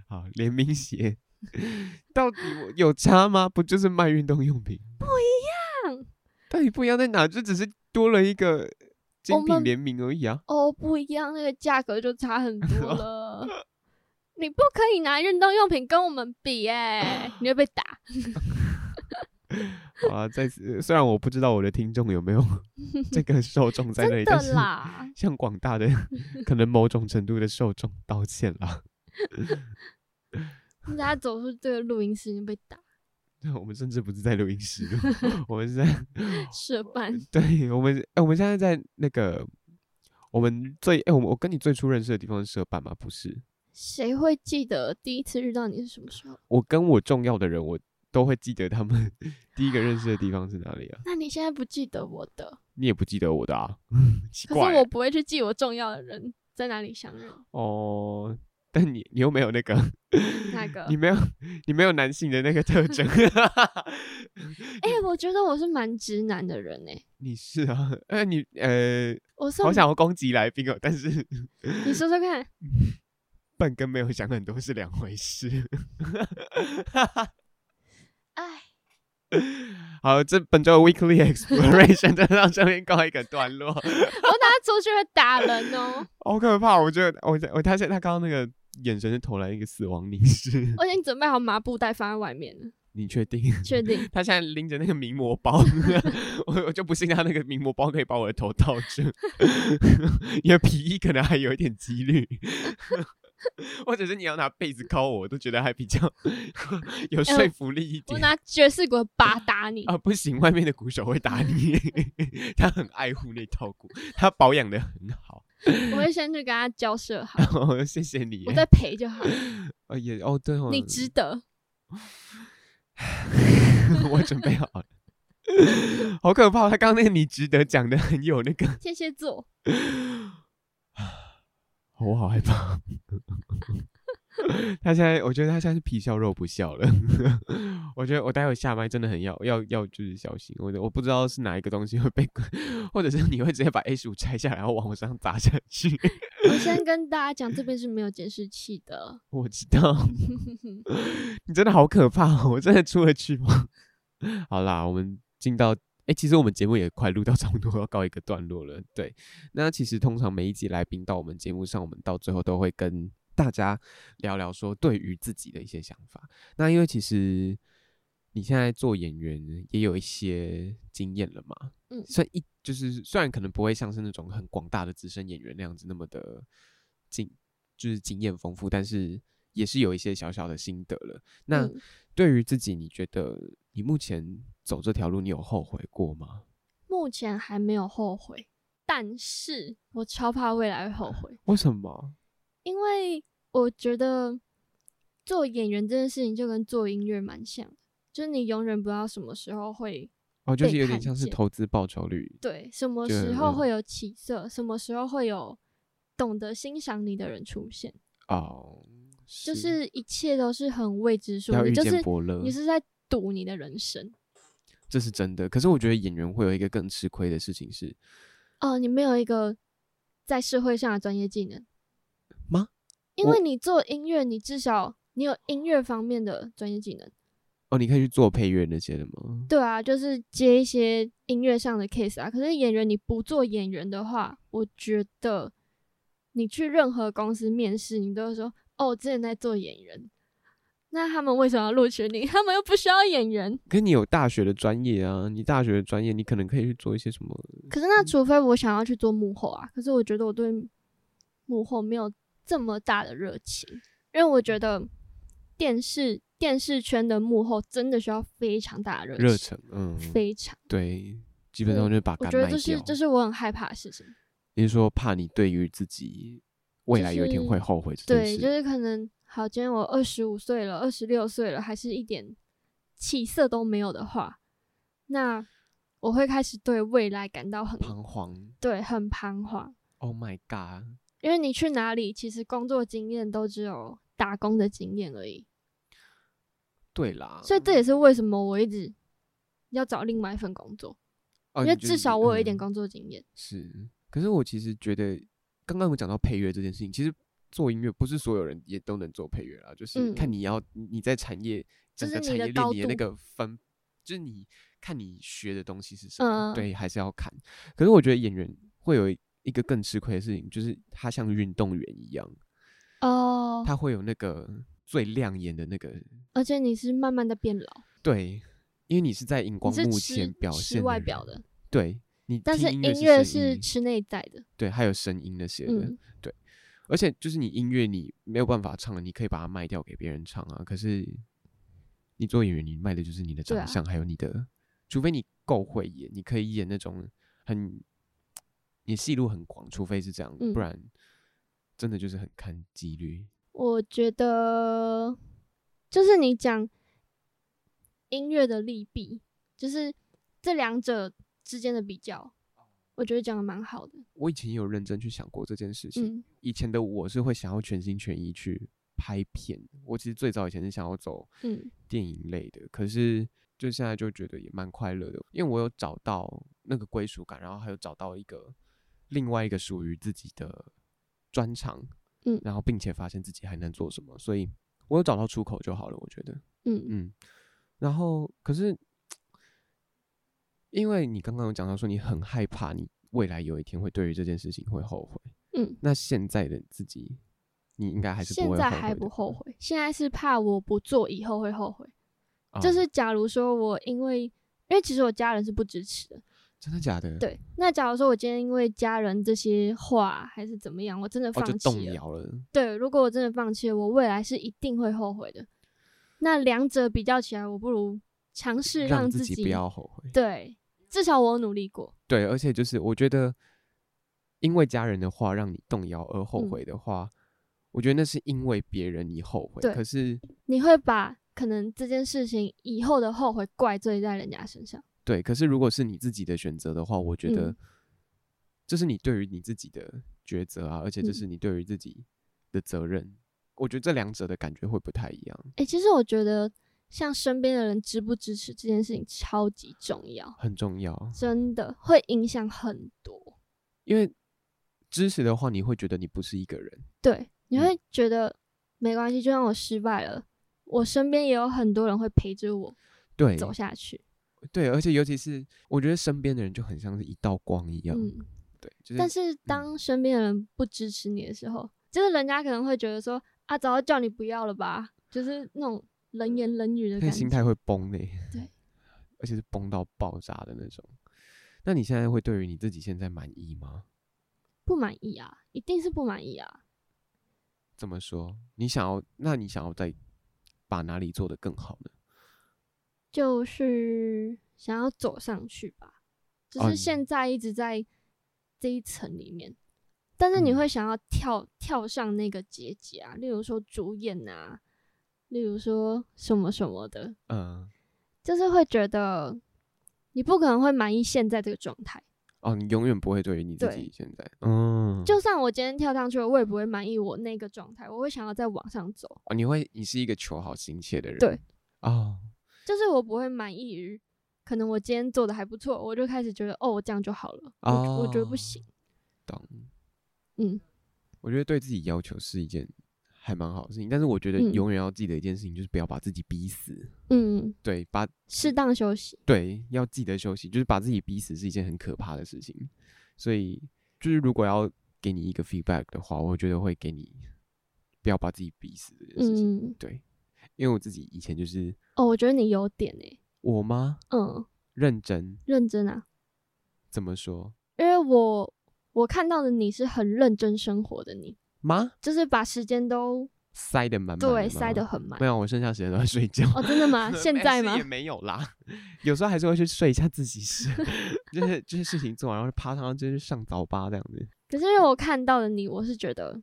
Speaker 1: 好联名鞋， 到底我有差吗？不就是卖运动用品？不一
Speaker 2: 样，
Speaker 1: 到底不一样在哪？就只是多了一个精品
Speaker 2: 们
Speaker 1: 联名而已啊。
Speaker 2: 哦，不一样，那个价格就差很多 了。你不可以拿运动用品跟我们比哎、你会被打。
Speaker 1: 好啊，在此虽然我不知道我的听众有 没有这个受众在那
Speaker 2: 真
Speaker 1: 里，
Speaker 2: 的
Speaker 1: 但是
Speaker 2: 啦，
Speaker 1: 向广大的 可能某种程度的受众道歉啦。
Speaker 2: 你等下走出这个录音室你被打，
Speaker 1: 哦我们甚至不是在录音室 录，我们是在
Speaker 2: 社办
Speaker 1: 对，我们、哎，我们现在在那个我们最哎、我们我跟你最初认识的地方是社办吗？不是，
Speaker 2: 谁会记得第一次遇到你是什么时候？
Speaker 1: 我跟我重要的人，我都会记得他们 第一个认识的地方是哪里啊？
Speaker 2: 那你现在不记得我的，
Speaker 1: 你也不记得我的啊？ 奇
Speaker 2: 可
Speaker 1: 怪
Speaker 2: 是
Speaker 1: 欸
Speaker 2: 我不会去记我重要的人在哪里相认。
Speaker 1: 哦。但你你又没有 那个，
Speaker 2: 那个，
Speaker 1: 你没有你没有男性的那个特征，
Speaker 2: 哎、我觉得我是蛮直男的人哎、
Speaker 1: 你是啊？呃，你呃，
Speaker 2: 我送
Speaker 1: 好想要攻击来宾哦，但是
Speaker 2: 你说说看，
Speaker 1: 笨跟没有想很多是两回事。
Speaker 2: 哎，
Speaker 1: 好，这本周的 Weekly Exploration 就到这边告一个段落，
Speaker 2: 我等下出去会打人哦，
Speaker 1: 好可怕！我觉得我我他现他刚刚那个眼神是投来一个死亡凝视，
Speaker 2: 我已经准备好麻布袋放在外面了，
Speaker 1: 你确定？
Speaker 2: 确定？
Speaker 1: 他现在拎着那个名模包，我我就不信他那个名模包可以把我的头套住，因为皮衣可能还有一点几率，或者是你要拿被子铐我，我都觉得还比较有说服力一
Speaker 2: 我
Speaker 1: 点。
Speaker 2: 拿爵士鼓的把打你，
Speaker 1: 啊，不行，外面的鼓手会打你，他很爱护那套鼓，他保养的很好。
Speaker 2: 我会先去跟他交涉好，
Speaker 1: 哦，谢谢你
Speaker 2: 我
Speaker 1: 耶。
Speaker 2: 再赔就好，
Speaker 1: 哦也哦对哦，
Speaker 2: 你值得。
Speaker 1: 我准备好了。 好可怕！他刚刚那个你值得讲的很有那个
Speaker 2: 天蝎座，
Speaker 1: 我好害怕。 他现在，我觉得他现在是皮笑肉不笑了。 我觉得我待会下麦真的很要要要就是小心，我我不知道是哪一个东西会被，或者是你会直接把 A 十五拆下来，然后往我身上砸下去。
Speaker 2: 我先跟大家讲，这边是没有监视器的。
Speaker 1: 我知道， 你真的好可怕、哦，我真的出得去吗？ 好啦，我们进到。哎、其实我们节目也快录到差不多要告一个段落了。对，那其实通常每一集来宾到我们节目上，我们到最后都会跟大家聊聊说对于自己的一些想法。那因为其实你现在做演员也有一些经验了嘛，
Speaker 2: 嗯
Speaker 1: 算一就是虽然可能不会像是那种很广大的资深演员那样子那么的经就是经验丰富，但是也是有一些小小的心得了。那、
Speaker 2: 嗯
Speaker 1: 对于自己，你觉得你目前走这条路，你有后悔过吗？
Speaker 2: 目前还没有后悔，但是我超怕未来会后悔，
Speaker 1: 为什么？
Speaker 2: 因为我觉得做演员这件事情就跟做音乐蛮像的，就是你永远不知道什么时候会
Speaker 1: 哦，就
Speaker 2: 被
Speaker 1: 是有点
Speaker 2: 看
Speaker 1: 像是
Speaker 2: 见
Speaker 1: 投资报酬率。
Speaker 2: 对，什么
Speaker 1: 就
Speaker 2: 时候
Speaker 1: 嗯
Speaker 2: 会有起色，什么时候会有懂得欣赏你的人出现，
Speaker 1: 哦，
Speaker 2: 就是一切都是很未知数，
Speaker 1: 要
Speaker 2: 你
Speaker 1: 遇
Speaker 2: 就是
Speaker 1: 见伯乐，
Speaker 2: 你是在赌你的人生
Speaker 1: 这是真的。可是我觉得演员会有一个更吃亏的事情是，
Speaker 2: 哦、你没有一个在社会上的专业技能
Speaker 1: 吗？
Speaker 2: 因
Speaker 1: 我
Speaker 2: 为你做音乐，你至少你有音乐方面的专业技能。
Speaker 1: 哦，你可以去做配乐那些的吗？
Speaker 2: 对啊，就是接一些音乐上的 case 啊。可是演员，你不做演员的话，我觉得你去任何公司面试，你都会说：“哦，我之前在做演员。”那他们为什么要录取你？ 他们又不需要演员。
Speaker 1: 可是你有大学的专业啊，你大学的专业，你可能可以去做一些什么？
Speaker 2: 可是那
Speaker 1: 嗯
Speaker 2: 除非我想要去做幕后啊，可是我觉得我对幕后没有这么大的热情，因为我
Speaker 1: 嗯
Speaker 2: 觉得电视电视圈的幕后真的需要非常大的
Speaker 1: 热
Speaker 2: 热情，
Speaker 1: 忱，嗯，
Speaker 2: 呃非常。
Speaker 1: 对，基本上就是把
Speaker 2: 我
Speaker 1: 肝
Speaker 2: 觉得
Speaker 1: 卖
Speaker 2: 这是
Speaker 1: 掉。
Speaker 2: 这是我很害怕的事情。
Speaker 1: 你是说怕你对于自己未
Speaker 2: 就
Speaker 1: 来有一天
Speaker 2: 是
Speaker 1: 会后悔这件
Speaker 2: 对，
Speaker 1: 事？
Speaker 2: 就是可能好，今天我二十五岁了，二十六岁了，还是一点起色都没有的话，那我会开始对未来感到很
Speaker 1: 彷徨。
Speaker 2: 对很彷徨，
Speaker 1: Oh my god！
Speaker 2: 因为你去哪里，其实工作经验都只有打工的经验而已，
Speaker 1: 对啦，
Speaker 2: 所以这也是为什么我一直要找另外一份工作，
Speaker 1: 哦
Speaker 2: 因为
Speaker 1: 你就是
Speaker 2: 至少我有一点
Speaker 1: 嗯
Speaker 2: 工作经验。
Speaker 1: 是，可是我其实觉得，刚刚我讲到配乐这件事情，其实做音乐不是所有人也都能做配乐啦，就是看
Speaker 2: 嗯
Speaker 1: 你要你在产业整
Speaker 2: 是
Speaker 1: 个
Speaker 2: 你
Speaker 1: 产
Speaker 2: 的
Speaker 1: 业链
Speaker 2: 高
Speaker 1: 你的那
Speaker 2: 度
Speaker 1: 个分，就是你看你学的东西是什么，
Speaker 2: 嗯
Speaker 1: 对，还是要看。可是我觉得演员会有一个更吃亏的事情，就是他像运动员一样，
Speaker 2: 哦，
Speaker 1: 他会有那个最亮眼的那个
Speaker 2: 而且你是慢慢的变老，
Speaker 1: 对，因为你是在荧光
Speaker 2: 你是
Speaker 1: 幕前
Speaker 2: 吃
Speaker 1: 表
Speaker 2: 吃
Speaker 1: 现
Speaker 2: 外
Speaker 1: 人
Speaker 2: 表，的，
Speaker 1: 对你
Speaker 2: 但
Speaker 1: 听
Speaker 2: 是
Speaker 1: 音
Speaker 2: 音
Speaker 1: 乐
Speaker 2: 乐
Speaker 1: 声
Speaker 2: 是
Speaker 1: 音
Speaker 2: 吃内在的，
Speaker 1: 对，还有声音那些的，
Speaker 2: 嗯。
Speaker 1: 而且就是你音乐你没有办法唱了，你可以把它卖掉给别人唱啊。可是你做演员，你卖的就是你的
Speaker 2: 对
Speaker 1: 长
Speaker 2: 啊
Speaker 1: 相，还有你的，除非你够会演，你可以演那种很，你戏路很广，除非是这样，
Speaker 2: 嗯
Speaker 1: 不然真的就是很看几率。
Speaker 2: 我觉得就是你讲音乐的利弊，就是这两者之间的比较，我觉得讲的蛮好的。
Speaker 1: 我以前也有认真去想过这件事情。
Speaker 2: 嗯
Speaker 1: 以前的我是会想要全心全意去拍片，我其实最早以前是想要走
Speaker 2: 嗯
Speaker 1: 电影类的，可是就现在就觉得也蛮快乐的，因为我有找到那个归属感，然后还有找到一个另外一个属于自己的专长，
Speaker 2: 嗯
Speaker 1: 然后并且发现自己还能做什么，所以我有找到出口就好了，我觉得，
Speaker 2: 嗯，
Speaker 1: 嗯，然后可是因为你刚刚有讲到说你很害怕，你未来有一天会对于这件事情会后悔。
Speaker 2: 嗯，
Speaker 1: 那现在的自己，你应该还是不
Speaker 2: 现
Speaker 1: 会
Speaker 2: 在
Speaker 1: 后悔
Speaker 2: 还
Speaker 1: 的
Speaker 2: 不后悔，现在是怕我不做以后会后悔。
Speaker 1: 啊
Speaker 2: 就是假如说我因为，因为其实我家人是不支持的，
Speaker 1: 真的假的？，
Speaker 2: 对。那假如说我今天因为家人这些话还是怎么样，我真的
Speaker 1: 哦，
Speaker 2: 放
Speaker 1: 就动
Speaker 2: 弃了，
Speaker 1: 摇了。
Speaker 2: 对。如果我真的放弃了，我未来是一定会后悔的。那两者比较起来，我不如尝试
Speaker 1: 让
Speaker 2: 自
Speaker 1: 己不要后悔。
Speaker 2: 对，至少我有努力过。
Speaker 1: 对，而且就是我觉得，因为家人的话让你动摇而后
Speaker 2: 嗯
Speaker 1: 悔的话，我觉得那是因为别人你后悔。
Speaker 2: 对
Speaker 1: 可是
Speaker 2: 你会把可能这件事情以后的后悔怪罪在人家身上。
Speaker 1: 对，可是如果是你自己的选择的话，我觉得
Speaker 2: 嗯
Speaker 1: 这是你对于你自己的抉择啊，而且这
Speaker 2: 嗯
Speaker 1: 是你对于自己的责任。我觉得这两者的感觉会不太一样，
Speaker 2: 诶、其实我觉得像身边的人支不支持这件事情超级重要，
Speaker 1: 很重要。
Speaker 2: 真的会影响很多。
Speaker 1: 因为支持的话，你会觉得你不是一个人，
Speaker 2: 对，你
Speaker 1: 嗯
Speaker 2: 会觉得、没关系，就算我失败了，我身边也有很多人会陪着我
Speaker 1: 对
Speaker 2: 走下去。
Speaker 1: 对，而且尤其是我觉得身边的人就很像是一道光一样，
Speaker 2: 嗯，
Speaker 1: 对，就是嗯
Speaker 2: 但是当身边的人不支持你的时候，就是人家可能会觉得说啊，早就叫你不要了吧，就是那种冷言冷语的
Speaker 1: 那
Speaker 2: 感
Speaker 1: 心
Speaker 2: 觉。
Speaker 1: 态会崩呢、
Speaker 2: 对，
Speaker 1: 而且是崩到爆炸的那种。那你现在会对于你自己现在满意吗？
Speaker 2: 不满意啊，一定是不满意啊。
Speaker 1: 怎么说？你想要，那你想要再把哪里做得更好呢？
Speaker 2: 就是想要走上去吧，只
Speaker 1: 哦
Speaker 2: 是
Speaker 1: 你
Speaker 2: 现在一直在这一层里面，但是你
Speaker 1: 嗯
Speaker 2: 会想要跳、跳上那个阶级啊，例如说主演啊，例如说什么什么的，
Speaker 1: 嗯，
Speaker 2: 就是会觉得你不可能会满意现在这个状态。
Speaker 1: 哦，你永远不会对于你自己
Speaker 2: 对
Speaker 1: 现在，嗯，
Speaker 2: 就算我今天跳上去了，我也不会满意我那个状态，我会想要再往上走，
Speaker 1: 哦，你会，你是一个求好心切的人，
Speaker 2: 对，
Speaker 1: 哦，
Speaker 2: 就是我不会满意于。可能我今天做的还不错，我就开始觉得哦，我这样就好了。我我觉得不
Speaker 1: 哦
Speaker 2: 行，
Speaker 1: 懂，
Speaker 2: 嗯，
Speaker 1: 我觉得对自己要求是一件还蛮好的事情，但是我觉得
Speaker 2: 嗯
Speaker 1: 永远要记得一件事情，就是不要把自己逼死，
Speaker 2: 嗯，
Speaker 1: 对，把
Speaker 2: 适当休息。
Speaker 1: 对，要记得休息，就是把自己逼死是一件很可怕的事情。所以，就是如果要给你一个 feedback 的话，我觉得会给你不要把自己逼死这件事情。
Speaker 2: 嗯，
Speaker 1: 对，因为我自己以前就是
Speaker 2: 哦，我觉得你有点哎、
Speaker 1: 我吗？
Speaker 2: 嗯，
Speaker 1: 认真
Speaker 2: 认真啊，
Speaker 1: 怎么说
Speaker 2: 因为我我看到的你是很认真生活的你，
Speaker 1: 吗？
Speaker 2: 就是把时间都
Speaker 1: 塞得满满的吗，
Speaker 2: 对塞得很满
Speaker 1: 没。有，我剩下时间都在睡觉。
Speaker 2: 哦，真的 吗？现
Speaker 1: 没
Speaker 2: 在
Speaker 1: 事
Speaker 2: 吗
Speaker 1: 也？没有啦，有时候还是会去睡一下自习室，就是这些事情做完，然后爬上就是上早八这样子。
Speaker 2: 可是因为我看到的你，我是觉得，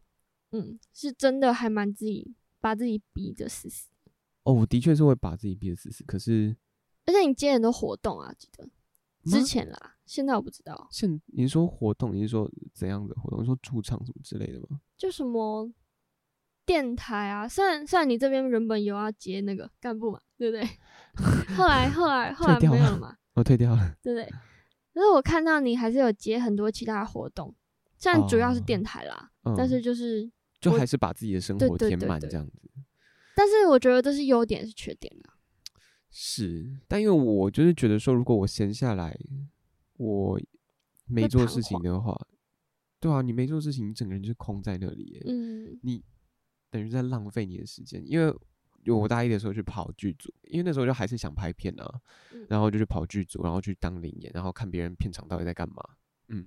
Speaker 2: 嗯，是真的还蛮自己把自己逼得死死。
Speaker 1: 哦，我的确是会把自己逼得死死，可是
Speaker 2: 而且你接很多活动啊，记得
Speaker 1: 吗
Speaker 2: 之前啦，现在我不知道，
Speaker 1: 现你是说活动，你是说怎样的活动？你说驻唱什么之类的吗？
Speaker 2: 就什么电台啊，虽然虽然你这边原本有要接那个干部嘛，对不对？ 后来后 来后来
Speaker 1: 退掉
Speaker 2: 没有
Speaker 1: 了
Speaker 2: 了嘛，
Speaker 1: 我哦退掉了。
Speaker 2: 对不对？可是我看到你还是有接很多其他的活动，虽然主要是
Speaker 1: 哦
Speaker 2: 电台啦，
Speaker 1: 嗯，
Speaker 2: 但是就是，
Speaker 1: 就
Speaker 2: 我
Speaker 1: 还是把自己的生
Speaker 2: 对
Speaker 1: 活
Speaker 2: 对
Speaker 1: 填
Speaker 2: 对
Speaker 1: 满
Speaker 2: 对
Speaker 1: 这样子。
Speaker 2: 但是我觉得这是优点，是缺点啊。
Speaker 1: 是，但因为我就是觉得说，如果我闲下来，我没
Speaker 2: 会
Speaker 1: 做
Speaker 2: 彷
Speaker 1: 事情
Speaker 2: 徨
Speaker 1: 的话，对啊，你没做事情，你整个人就空在那里耶，
Speaker 2: 嗯
Speaker 1: 你等于在浪费你的时间。因为我大一的时候去跑剧组，因为那时候就还是想拍片啊，
Speaker 2: 嗯
Speaker 1: 然后就去跑剧组，然后去当领演，然后看别人片场到底在干嘛，嗯，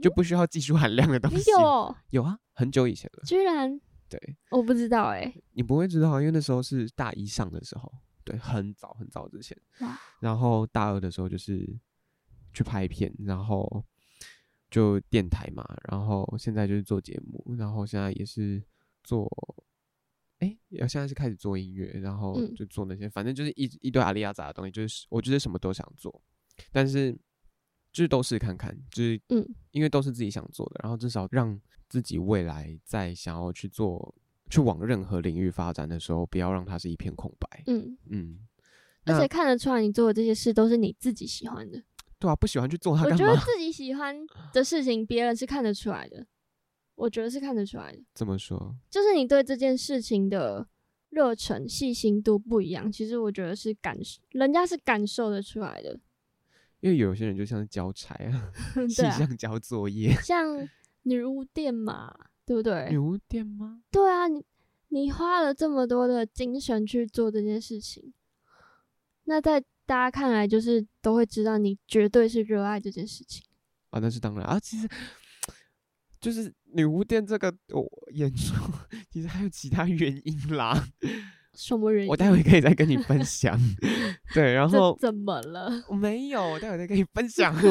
Speaker 1: 就
Speaker 2: 哦
Speaker 1: 不需要技术含量的东
Speaker 2: 你
Speaker 1: 西。
Speaker 2: 有哦
Speaker 1: 有啊，很久以前了。
Speaker 2: 居然
Speaker 1: 对，
Speaker 2: 我不知道哎、
Speaker 1: 你不会知道啊，因为那时候是大一上的时候，对，很早很早之前。
Speaker 2: 哇，
Speaker 1: 然后大二的时候就是去拍片，然后就电台嘛，然后现在就是做节目，然后现在也是做，哎，要现在是开始做音乐，然后
Speaker 2: 嗯
Speaker 1: 就做那些，反正就是一一堆阿里亚杂的东西，就是我就是什么都想做，但是就是都试看看，就是
Speaker 2: 嗯，
Speaker 1: 因为都是自己想做的，然后至少让自己未来在想要去做。去往任何领域发展的时候，不要让它是一片空白。
Speaker 2: 嗯，
Speaker 1: 嗯，
Speaker 2: 而
Speaker 1: 那
Speaker 2: 且看得出来你做的这些事都是你自己喜欢的。
Speaker 1: 对啊，不喜欢去做它
Speaker 2: 我
Speaker 1: 干
Speaker 2: 觉得
Speaker 1: 嘛？
Speaker 2: 自己喜欢的事情，别人是看得出来的，我觉得是看得出来的，
Speaker 1: 怎么说？
Speaker 2: 就是你对这件事情的。热忱、细心度不一样，其实我觉得是感，人家是感受得出来的。
Speaker 1: 因为有些人就像是交差啊，
Speaker 2: 对
Speaker 1: 是
Speaker 2: 啊，
Speaker 1: 像交作业。
Speaker 2: 像女巫店嘛，对不对？
Speaker 1: 女巫店吗？
Speaker 2: 对啊，你你花了这么多的精神去做这件事情，那在大家看来就是都会知道你绝对是热爱这件事情。
Speaker 1: 啊，那是当然啊。其实就是女巫店这个我演出，其实还有其他原因啦，
Speaker 2: 什么原因？
Speaker 1: 我待会可以再跟你 分享。对，然后
Speaker 2: 这怎么了？
Speaker 1: 我没有，我待会再跟你分享。
Speaker 2: 怎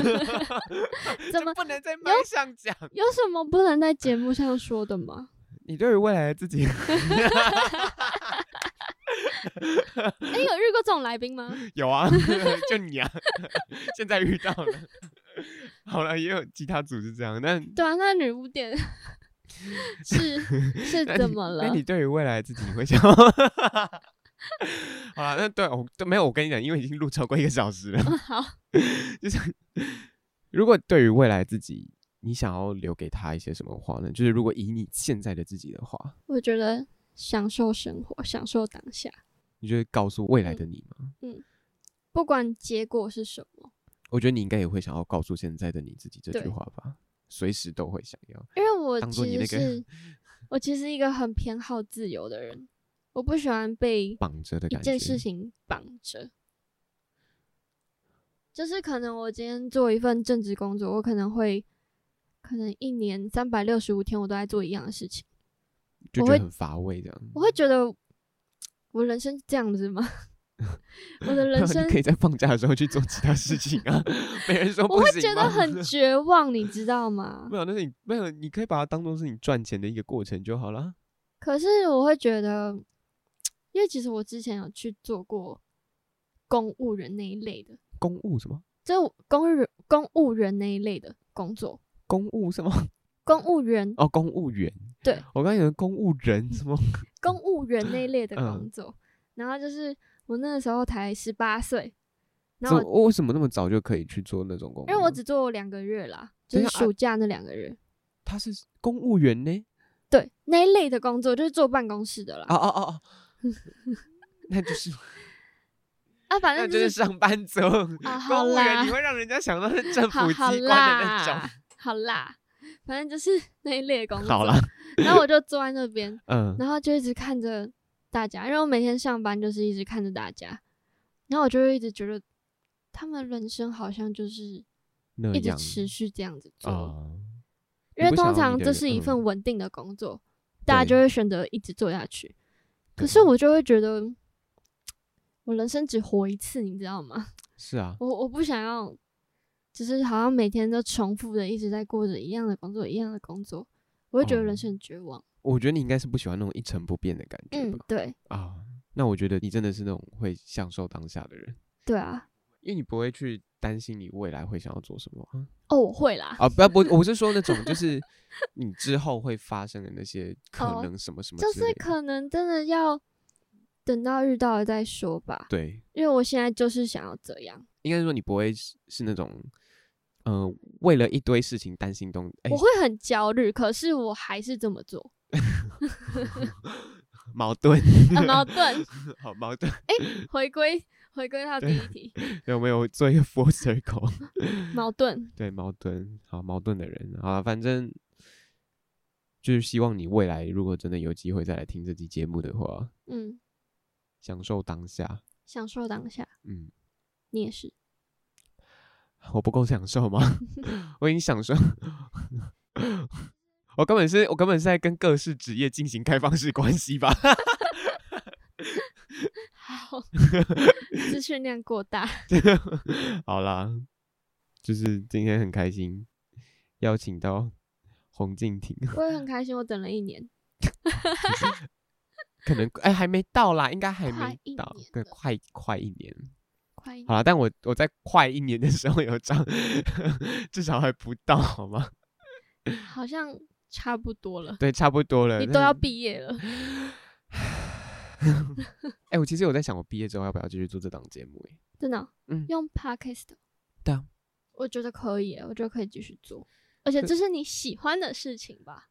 Speaker 2: 么
Speaker 1: 不能在麦上讲？
Speaker 2: 有什么不能在节目上说的吗？
Speaker 1: 你对于未来的自己
Speaker 2: 哎、有遇过这种来宾吗？
Speaker 1: 有啊？ 就你啊？ 现在遇到了。 好了，也有其他组是这样，但
Speaker 2: 对啊，那女巫 店是是
Speaker 1: 那
Speaker 2: 怎
Speaker 1: 你
Speaker 2: 么了
Speaker 1: 那？你对于未来自己你会想？ 好啦，那对我都没有，我跟你讲，因为已经录超过一个小时了。
Speaker 2: 哦好，
Speaker 1: 就是如果对于未来自己，你想要留给他一些什么话呢？就是如果以你现在的自己的话，
Speaker 2: 我觉得享受生活，享受当下，
Speaker 1: 你就会告诉未来的
Speaker 2: 嗯
Speaker 1: 你吗？
Speaker 2: 不管结果是什么。
Speaker 1: 我觉得你应该也会想要告诉现在的你自己这句
Speaker 2: 对
Speaker 1: 话吧，随时都会想要。
Speaker 2: 因为我
Speaker 1: 当作你
Speaker 2: 其
Speaker 1: 那
Speaker 2: 实
Speaker 1: 个
Speaker 2: 是，我其实一个很偏好自由的人，我不喜欢被
Speaker 1: 绑着的
Speaker 2: 一
Speaker 1: 感觉，
Speaker 2: 件事情绑着。就是可能我今天做一份正职工作，我可能会，可能一年三百六十五天我都在做一样的事情，
Speaker 1: 就
Speaker 2: 我
Speaker 1: 觉得
Speaker 2: 会
Speaker 1: 很乏味这样。
Speaker 2: 我会觉得我人生是这样子吗？ 我的人 生
Speaker 1: 你可以在放假的时候去做其他事情 啊，没人说不
Speaker 2: 我会
Speaker 1: 行
Speaker 2: 觉得
Speaker 1: 吗
Speaker 2: 很绝望，你知道吗
Speaker 1: 没？有，那是你没有，你可以把它当做是你赚钱的一个过程就好了。
Speaker 2: 可是我会觉得，因为其实我之前有去做过公务人那一类的，
Speaker 1: 公务什么？
Speaker 2: 就是公务公务人那一类的工作，
Speaker 1: 公务什么？
Speaker 2: 公务员、
Speaker 1: 哦，公务员。
Speaker 2: 对，
Speaker 1: 我刚才有公务人什么？
Speaker 2: 公务员那一类的
Speaker 1: 嗯
Speaker 2: 工作。然后就是我那个时候才十八岁， 然
Speaker 1: 怎么
Speaker 2: 后我
Speaker 1: 我为什么那么早就可以去做那种工务？
Speaker 2: 因为我只做两个月啦，就
Speaker 1: 等一下
Speaker 2: 是
Speaker 1: 啊
Speaker 2: 暑假那两个月，
Speaker 1: 他是公务员呢。
Speaker 2: 对那一类的工作就是坐办公室的啦。
Speaker 1: 哦哦哦 哦，那就是
Speaker 2: 啊，反
Speaker 1: 那
Speaker 2: 正
Speaker 1: 就
Speaker 2: 就是
Speaker 1: 上班族。
Speaker 2: 啊，好
Speaker 1: 公务
Speaker 2: 啦
Speaker 1: 员，你，会让人家想到是政
Speaker 2: 好
Speaker 1: 府
Speaker 2: 好
Speaker 1: 机关的那种
Speaker 2: 啦。，好啦，反正就是那一类的工作。
Speaker 1: 好啦，
Speaker 2: 然后我就坐在那边，
Speaker 1: 嗯，
Speaker 2: 然后就一直看着大家，因为我每天上班就是一直看着大家，然后我就会一直觉得他们人生好像就是
Speaker 1: 那
Speaker 2: 一直
Speaker 1: 样
Speaker 2: 持续这样子做，
Speaker 1: 啊，
Speaker 2: 因
Speaker 1: 你
Speaker 2: 为
Speaker 1: 不想要
Speaker 2: 通
Speaker 1: 你
Speaker 2: 常
Speaker 1: 的
Speaker 2: 这是一份
Speaker 1: 嗯
Speaker 2: 稳定的工作，大家就
Speaker 1: 对
Speaker 2: 会选择一直做下去。可
Speaker 1: 对
Speaker 2: 是我就会觉得，我人生只活一次，你知道吗？
Speaker 1: 是啊，
Speaker 2: 我我不想要，只是好像每天都重复的一直在过着一样的工作，一样的工作，我会觉得
Speaker 1: 哦
Speaker 2: 人生很绝望。
Speaker 1: 我觉得你应该是不喜欢那种一成不变的感觉
Speaker 2: 嗯
Speaker 1: 吧？，
Speaker 2: 对
Speaker 1: 啊，那我觉得你真的是那种会享受当下的人，
Speaker 2: 对啊，
Speaker 1: 因为你不会去担心你未来会想要做什么啊
Speaker 2: 哦，我会啦，
Speaker 1: 啊！不要不，我是说那种就是你之后会发生的那 些可
Speaker 2: 哦
Speaker 1: 能什么什么
Speaker 2: 就
Speaker 1: 之类
Speaker 2: 是
Speaker 1: 的，
Speaker 2: 可能真的要等到遇到了再说吧，
Speaker 1: 对，
Speaker 2: 因为我现在就是想要这样，
Speaker 1: 应该说你不会是是那种。嗯、为了一堆事情担心东，哎、
Speaker 2: 我会很焦虑，可是我还是这么 做，
Speaker 1: 矛盾，
Speaker 2: 啊、矛盾。
Speaker 1: 好矛盾。
Speaker 2: 回归回归到第一题，
Speaker 1: 有没有做一个 full circle？
Speaker 2: 矛盾。
Speaker 1: 对，矛盾，好矛盾的人啊，反正就是希望你未来如果真的有机会再来听这期节目的话，
Speaker 2: 嗯，
Speaker 1: 享受当下。
Speaker 2: 享受当下，
Speaker 1: 嗯，
Speaker 2: 你也是。
Speaker 1: 我不够享受吗？ 我已经享受， 我根本是我根本是在跟各式职业进行开放式关系吧？
Speaker 2: 好，资讯量过大。
Speaker 1: 好啦，就是今天很开心，邀请到洪敬庭，
Speaker 2: 我也很开心，我等了一年。
Speaker 1: 可能哎、还没到啦，应该还
Speaker 2: 快
Speaker 1: 没
Speaker 2: 一
Speaker 1: 到
Speaker 2: 年，
Speaker 1: 对，
Speaker 2: 了
Speaker 1: 快快一年。
Speaker 2: 快一
Speaker 1: 好啦，但我我在快一年的时候有涨， 至少还不到好吗？
Speaker 2: 点好像差不多了，
Speaker 1: 对，差不多了。
Speaker 2: 你
Speaker 1: 那
Speaker 2: 都要毕 业了。
Speaker 1: 哎、我其实有在想，我毕业之后要不要继续做这档节目、欸？
Speaker 2: 真的哦、
Speaker 1: 嗯
Speaker 2: 用 podcast，的
Speaker 1: 对啊，
Speaker 2: 我觉得可以耶，我觉得可以继续做，而且
Speaker 1: 可
Speaker 2: 这是你喜欢的事情吧？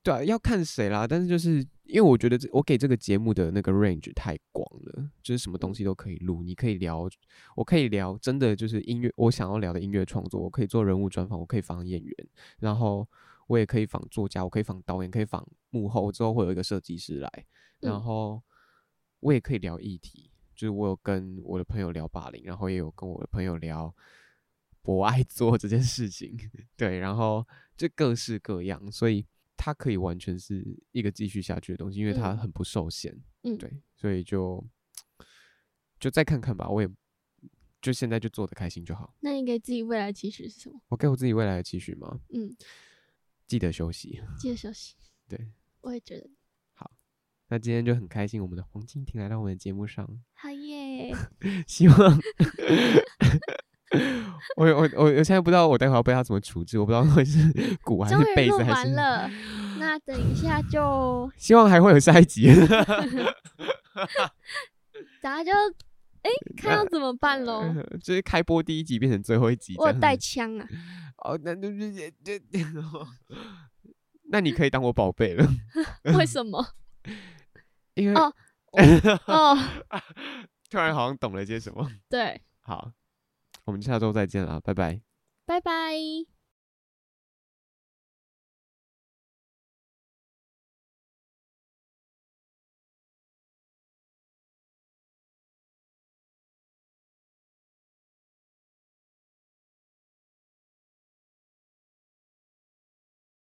Speaker 1: 对啊，要看谁啦。但是就是因为我觉得这我给这个节目的那个 range 太广了，就是什么东西都可以录。你可以聊，我可以聊真的就是音乐，我想要聊的音乐创作，我可以做人物专访，我可以访演员，然后我也可以访作家，我可以访导演，可以访幕后，之后会有一个设计师来，然
Speaker 2: 嗯
Speaker 1: 后我也可以聊议题，就是我有跟我的朋友聊霸凌，然后也有跟我的朋友聊我爱做这件事情，对，然后就各式各样，所以它可以完全是一个继续下去的东西，因为它
Speaker 2: 嗯
Speaker 1: 很不受限，
Speaker 2: 嗯
Speaker 1: 对，所以就就再看看吧，我也就现在就做的开心就好。
Speaker 2: 那你给自己未来期许是什么？
Speaker 1: 我给我自己未来的期许吗？
Speaker 2: 嗯，
Speaker 1: 记得休息。
Speaker 2: 记得休息。
Speaker 1: 对，
Speaker 2: 我也觉得，
Speaker 1: 那今天就很开心，我们的黄蜻蜓来到我们的节目上，
Speaker 2: 好耶！
Speaker 1: 希望 我我我我现在不知道我待会要被他怎么处置，我不知道会是 鼓还
Speaker 2: 终
Speaker 1: 是
Speaker 2: 于
Speaker 1: 贝
Speaker 2: 录
Speaker 1: 斯还
Speaker 2: 完
Speaker 1: 是。
Speaker 2: 了，那等一下就
Speaker 1: 希望还会有下一集。
Speaker 2: 咱就哎、看要怎么办 喽。
Speaker 1: 嗯就是开播第一集变成最后一集这
Speaker 2: 哦我
Speaker 1: 样
Speaker 2: 有
Speaker 1: 子。
Speaker 2: 带 枪啊，
Speaker 1: 哦，那那 那那那你可以当我宝贝了，
Speaker 2: 为什么？
Speaker 1: 因为、
Speaker 2: 哦哦，
Speaker 1: 突然好像懂了些什么。
Speaker 2: 对，
Speaker 1: 好，我们下周再见啦，拜拜。
Speaker 2: 拜拜。